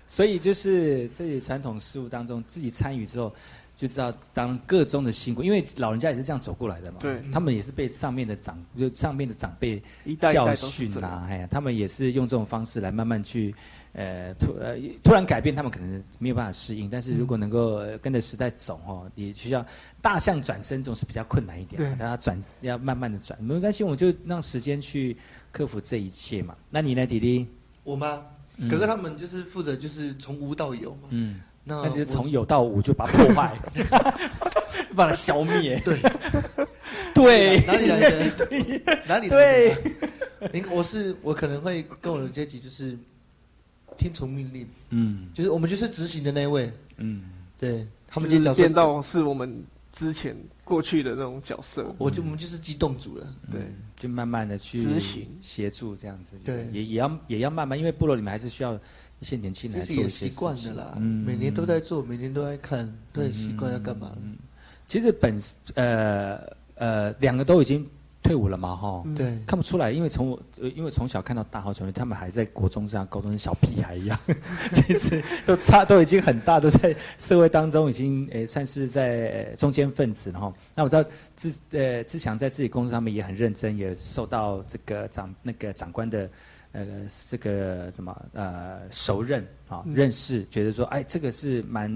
Speaker 3: 所以就是这些传统事物当中，自己参与之后，就知道当各中的辛苦，因为老人家也是这样走过来的嘛。
Speaker 6: 对
Speaker 3: 他们也是被上面的长，就上面的长辈
Speaker 6: 一代一代
Speaker 3: 教
Speaker 6: 都是
Speaker 3: 训
Speaker 6: 这样。
Speaker 3: 啊，哎呀，他们也是用这种方式来慢慢去，呃，突呃突然改变，他们可能没有办法适应。但是如果能够呃跟着时代走哦，也需要大象转身总是比较困难一点嘛
Speaker 6: 对，
Speaker 3: 但它转要慢慢的转，没关系，我们就让时间去克服这一切嘛。那你呢，弟弟？
Speaker 14: 我妈，
Speaker 3: 嗯
Speaker 14: 可是他们就是负责就是从无到有嘛。
Speaker 3: 嗯，
Speaker 14: 那
Speaker 3: 那就是
Speaker 14: 我
Speaker 3: 从有到无就把它破 坏，把它消灭。
Speaker 14: 对，
Speaker 3: 对，
Speaker 14: 哪里来的？哪里来的？您我是我可能会跟我的阶级就是听从命令，
Speaker 3: 嗯
Speaker 14: 就是我们就是执行的那一位，
Speaker 3: 嗯，
Speaker 14: 对他们
Speaker 6: 就
Speaker 14: 就是讲
Speaker 6: 见
Speaker 14: 说，
Speaker 6: 到是我们之前过去的那种角色，
Speaker 14: 我就我们就是激动组了，
Speaker 3: 嗯
Speaker 6: 对，
Speaker 3: 就慢慢的
Speaker 6: 执
Speaker 3: 去
Speaker 6: 行
Speaker 3: 协助这样子，
Speaker 14: 对
Speaker 3: 也也要也要慢慢，因为部落里面还是需要一些年轻人
Speaker 14: 其
Speaker 3: 嗯来
Speaker 14: 实
Speaker 3: 做
Speaker 14: 也
Speaker 3: 一些
Speaker 14: 习
Speaker 3: 事
Speaker 14: 惯
Speaker 3: 情
Speaker 14: 了啦，
Speaker 3: 嗯
Speaker 14: 每年都在做，每年都在看，都很习惯要干嘛了。
Speaker 3: 嗯其实本呃呃两个都已经退伍了嘛，哈，
Speaker 6: 嗯
Speaker 14: 对，
Speaker 3: 看不出来，因为从我呃因为从小看到大好兄弟，他们还在国中这样，高中生小屁孩一样， 其实都差都已经很大，都在社会当中已经呃算是在、呃中间分子了哈。那我知道志呃志强在自己工作上面也很认真，也受到这个长那个长官的。呃，这个什么呃，熟认啊，
Speaker 6: 嗯
Speaker 3: 认识，觉得说，哎，这个是蛮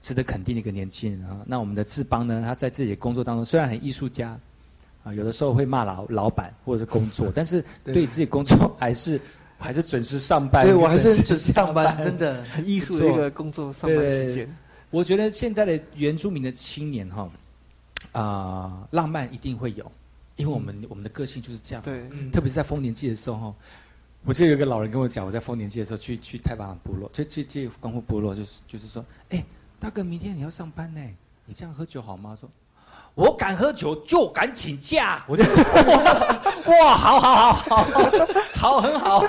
Speaker 3: 值得肯定的一个年轻人啊。那我们的志邦呢，他在自己的工作当中虽然很艺术家，啊，有的时候会骂老老板或者是工 作，但是
Speaker 14: 对
Speaker 3: 对自己工作还是还是准时上班。
Speaker 14: 对我还是
Speaker 3: 准
Speaker 14: 很
Speaker 3: 时
Speaker 14: 准时上班，真的。
Speaker 6: 很艺术的一个工作上班时间，
Speaker 3: 我觉得现在的原住民的青年哈，啊、浪漫一定会有，因为我们、我们的个性就是这样。
Speaker 6: 对，
Speaker 14: 嗯
Speaker 3: 特别是在丰年祭的时候哈，我记得有一个老人跟我讲，我在丰年祭的时候去去太巴朗部落，去去去光复部落，就是就是说，哎，大哥，明天你要上班呢，你这样喝酒好吗？说。我敢喝酒就敢请假，我就说哇哇，好好好好好，很好，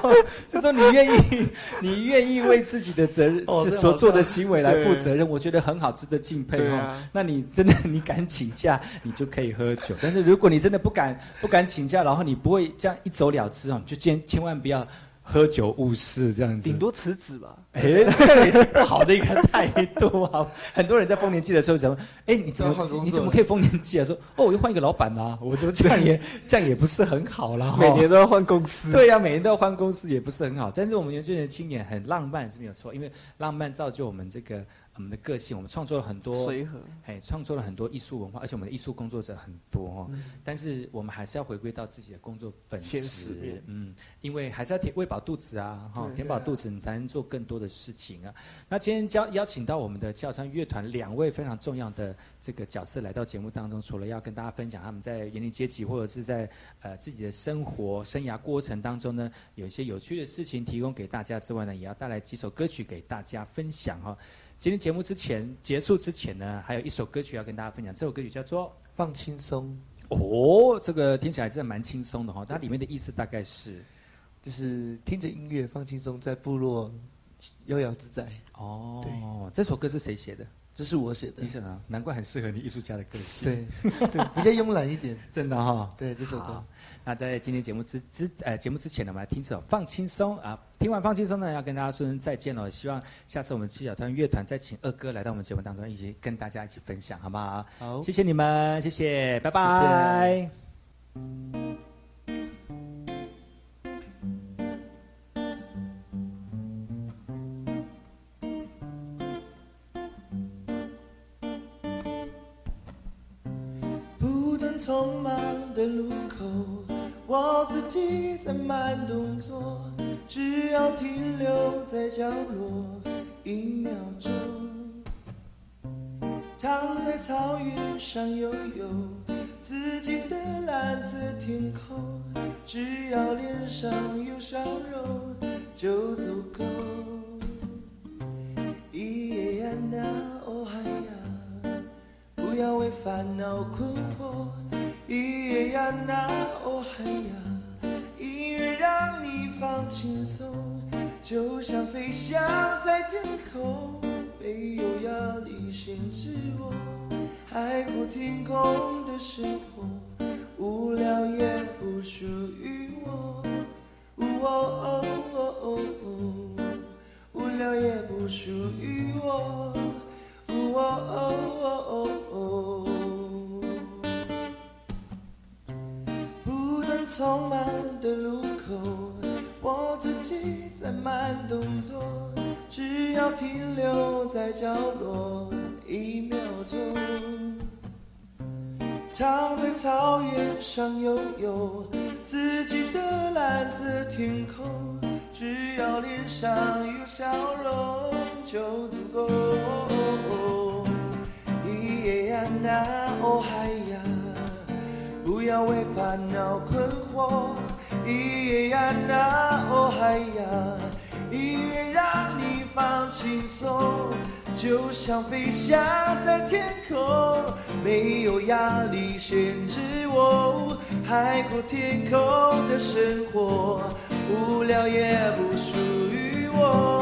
Speaker 3: 就说你愿意，你愿意为自己的责任、
Speaker 14: 哦
Speaker 3: 是
Speaker 14: 这好
Speaker 3: 所做的
Speaker 14: 像
Speaker 3: 行为来负
Speaker 6: 对
Speaker 3: 责任，我觉得很好，值得敬佩
Speaker 6: 对
Speaker 3: 哦。
Speaker 6: 啊
Speaker 3: 那你真的你敢请假，你就可以喝酒。但是如果你真的不敢 不敢请假，然后你不会这样一走了之哦，你就千千万不要喝酒误事这样子
Speaker 6: 顶。多辞职吧。
Speaker 3: 哎，这个也是不好的一个态度啊！很多人在丰年祭的时候讲，哎，你怎
Speaker 6: 啊
Speaker 14: 要换
Speaker 3: 么
Speaker 14: 工作
Speaker 3: 你怎么可以丰年祭啊？说哦，我又换一个老板啦、我就这样也 这样也不是很好啦。
Speaker 6: 每
Speaker 3: 哦
Speaker 6: 年都要换公司，
Speaker 3: 对呀、啊每年都要换公司也不是很好，但是我们原住民的青年很浪漫是没有错，因为浪漫造就我们这个呃我们的个性，我们创作了很多，
Speaker 6: 随和，
Speaker 3: 哎，创作了很多艺术文化，而且我们的艺术工作者很多哦。
Speaker 6: 嗯
Speaker 3: 但是我们还是要回归到自己的工作本
Speaker 6: 现实
Speaker 3: 质
Speaker 6: 面，
Speaker 3: 嗯，因为还是要填喂饱肚子啊，哈，
Speaker 6: 对
Speaker 3: 填饱肚子你才能做更多的事情啊。那今天邀邀请到我们的教川乐团两位非常重要的这个角色来到节目当中，除了要跟大家分享他们在园林阶级或者是在呃自己的生活生涯过程当中呢，有一些有趣的事情提供给大家之外呢，也要带来几首歌曲给大家分享哦哈、今天节目之前结束之前呢，还有一首歌曲要跟大家分享，这首歌曲叫做。
Speaker 14: 放轻松，
Speaker 3: 哦，这个听起来真的蛮轻松的哈、它里面的意思大概是，
Speaker 14: 就是听着音乐放轻松，在部落逍遥自在。
Speaker 3: 哦
Speaker 14: 对，
Speaker 3: 这首歌是谁写的？
Speaker 14: 这是我写的。
Speaker 15: 你想啊，难怪很适合你艺术家的个性。
Speaker 14: 对，对比较慵懒一点。
Speaker 15: 真的哈、哦。
Speaker 14: 对，这首歌。
Speaker 15: 那在今天节目之之呃节目之前呢，我们来听这首《放轻松》啊。听完《放轻松》呢，要跟大家说声再见了。希望下次我们七小团乐团再请二哥来到我们节目当中，一起跟大家一起分享，好不好？
Speaker 14: 好，
Speaker 15: 谢谢你们，谢谢，拜拜。
Speaker 7: 不断匆忙的路口，我自己在慢动作，只要停留在角落一秒钟，躺在草原上游泳，自己的蓝色天空，只要脸上有笑容就足够。咿耶呀那哦嗨呀，不要为烦恼困惑。咿耶呀那哦嗨呀，音乐让你放轻松，就像飞翔在天空，没有压力限制我，海阔天空的生活，无聊也不属于我。呜哦哦哦哦哦，无聊也不属于我。呜哦哦哦哦哦。不断匆忙的路口，我自己在慢动作，只要停留在角落一秒钟。躺在草原上游泳，自己的蓝色天空，只要脸上有笑容就足够。咿耶呀那哦嗨呀，不要为烦恼困惑。咿耶呀那哦嗨呀，音乐让你放轻松。就像飞翔在天空，没有压力限制我，海阔天空的生活，无聊也不属于我。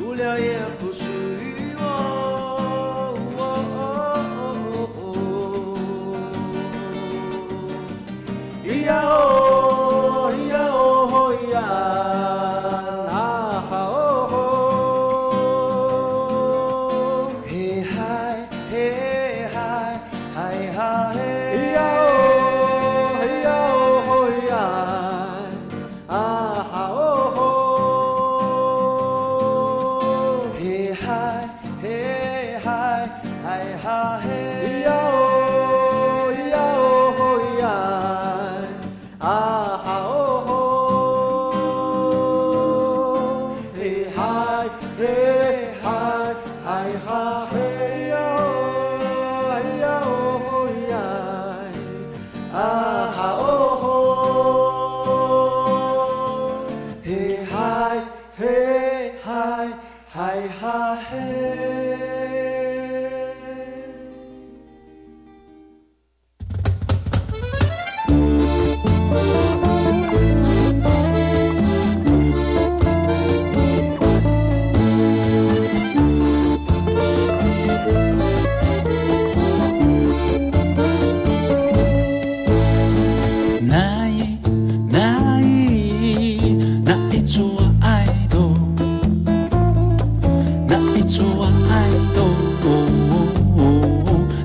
Speaker 7: 无聊也不属于我。咿呀哦，咿呀哦吼咿呀，啊哈哦吼，嘿嗨嘿嗨嗨哈嘿，咿呀哦，咿呀哦吼咿呀，啊哈哦吼，嘿嗨嘿嗨嗨哈嘿，咿呀哦，咿呀哦吼咿呀，啊哈哦吼。嘿嗨嘿嗨嗨哈嘿哟哎呀哦吼呀啊哈哦吼嘿嗨嘿嗨嗨哈嘿。
Speaker 8: 哪一哪一哪一出我爱豆，哪一出我爱豆，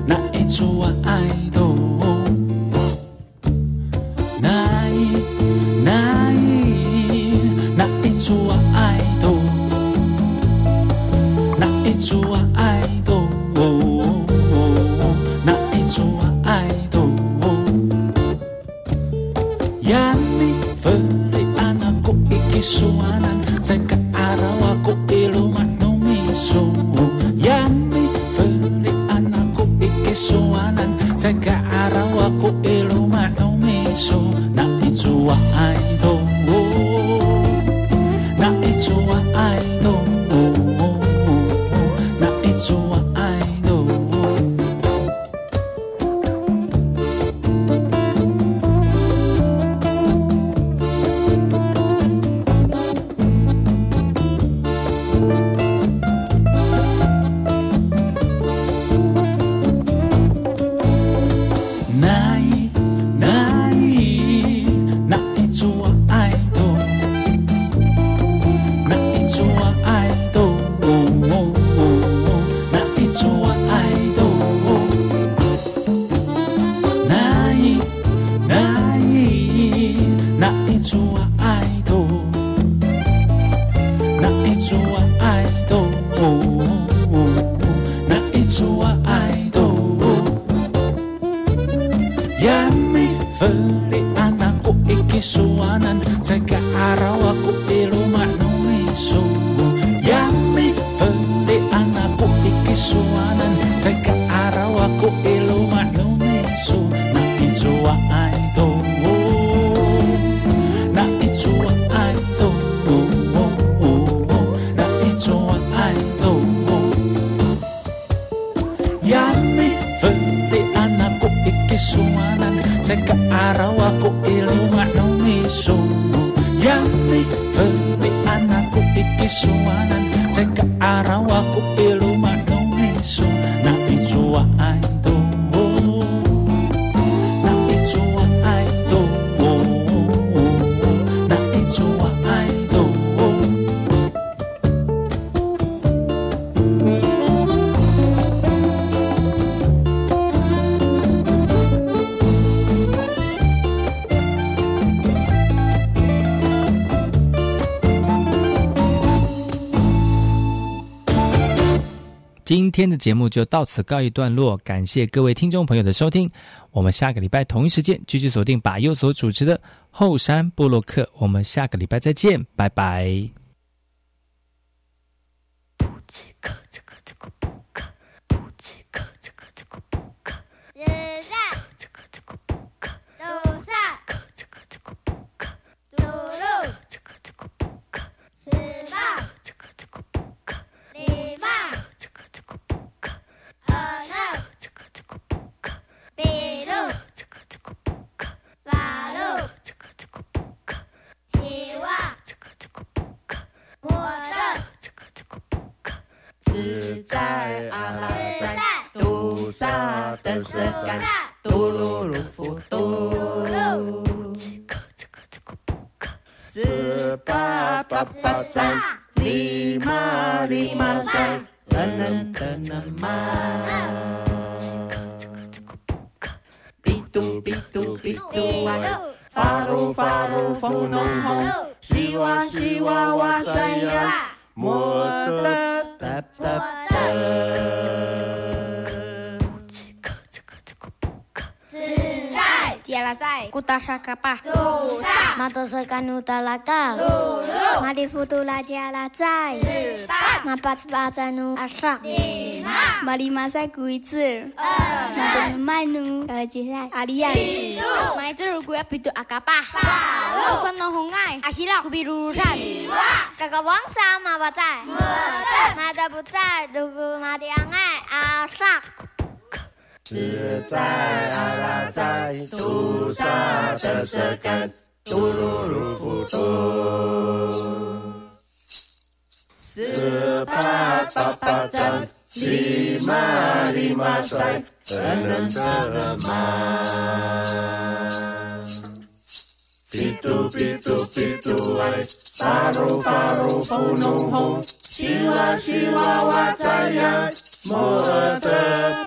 Speaker 8: 哪一出我爱豆，哪一哪一哪一出我爱豆，哪一出我爱豆，哪一出我爱豆。Yami Feli anakku iki suanan Seka araw ako ilumat numiso Yami Feli anakku iki suanan Seka araw ako ilumat numiso Na itsua ay do Na itsua ay do Na itsua ay do ないないないつは愛とないつは愛とないつは愛とないないないつは愛とないつは愛とないつは愛とYami Feli anakku iki suanan Jaga arah aku ilu manumi sungguh Yami Feli anakku iki suanan Jaga arah aku ilu manumi sungguh Na ijua aido Na ijua aido Na ijua aido Yami Feli anakku iki suanan Jaga arah aku ilu manumi sungguh Yami Feli anakku iki suanan Jaga arah aku ilu manumi sungguh Na ijua aido Na ijua aido Na ijua aido
Speaker 3: 今天的节目就到此告一段落，感谢各位听众朋友的收听。我们下个礼拜同一时间继续锁定把右所主持的后山部落客，我们下个礼拜再见，拜拜。
Speaker 12: 自在阿拉在，杜萨的色干，杜鲁鲁福杜鲁，斯巴巴巴赞，里玛里玛赞，噔噔噔噔嘛，比嘟比嘟比嘟哇，发噜发噜风弄红，西哇西哇哇塞呀。么哒哒哒哒。
Speaker 16: Jalasai, kutasa kapah,
Speaker 17: Dosa.
Speaker 16: matosakan utalakal,
Speaker 17: Lulu.
Speaker 16: mati futula jalasai,
Speaker 17: Sepat.
Speaker 16: mapat sepatanu asam,
Speaker 17: Lima.
Speaker 16: bali masa kuitir, matu manu, kajisai, alian,
Speaker 17: Bisu.
Speaker 16: maitir gue pitu akapah, balu, penohongai, asila kubirusan, kakak wangsa mabatai, mata putai, dugu mati angai, asam.
Speaker 12: 自在阿拉在，杜沙的色干，嘟噜噜呼嘟。斯巴巴巴赞，里玛里玛赞，噔噔噔嘛。比嘟比嘟比嘟哎，发噜发噜呼弄轰，西哇西哇哇在呀，么的。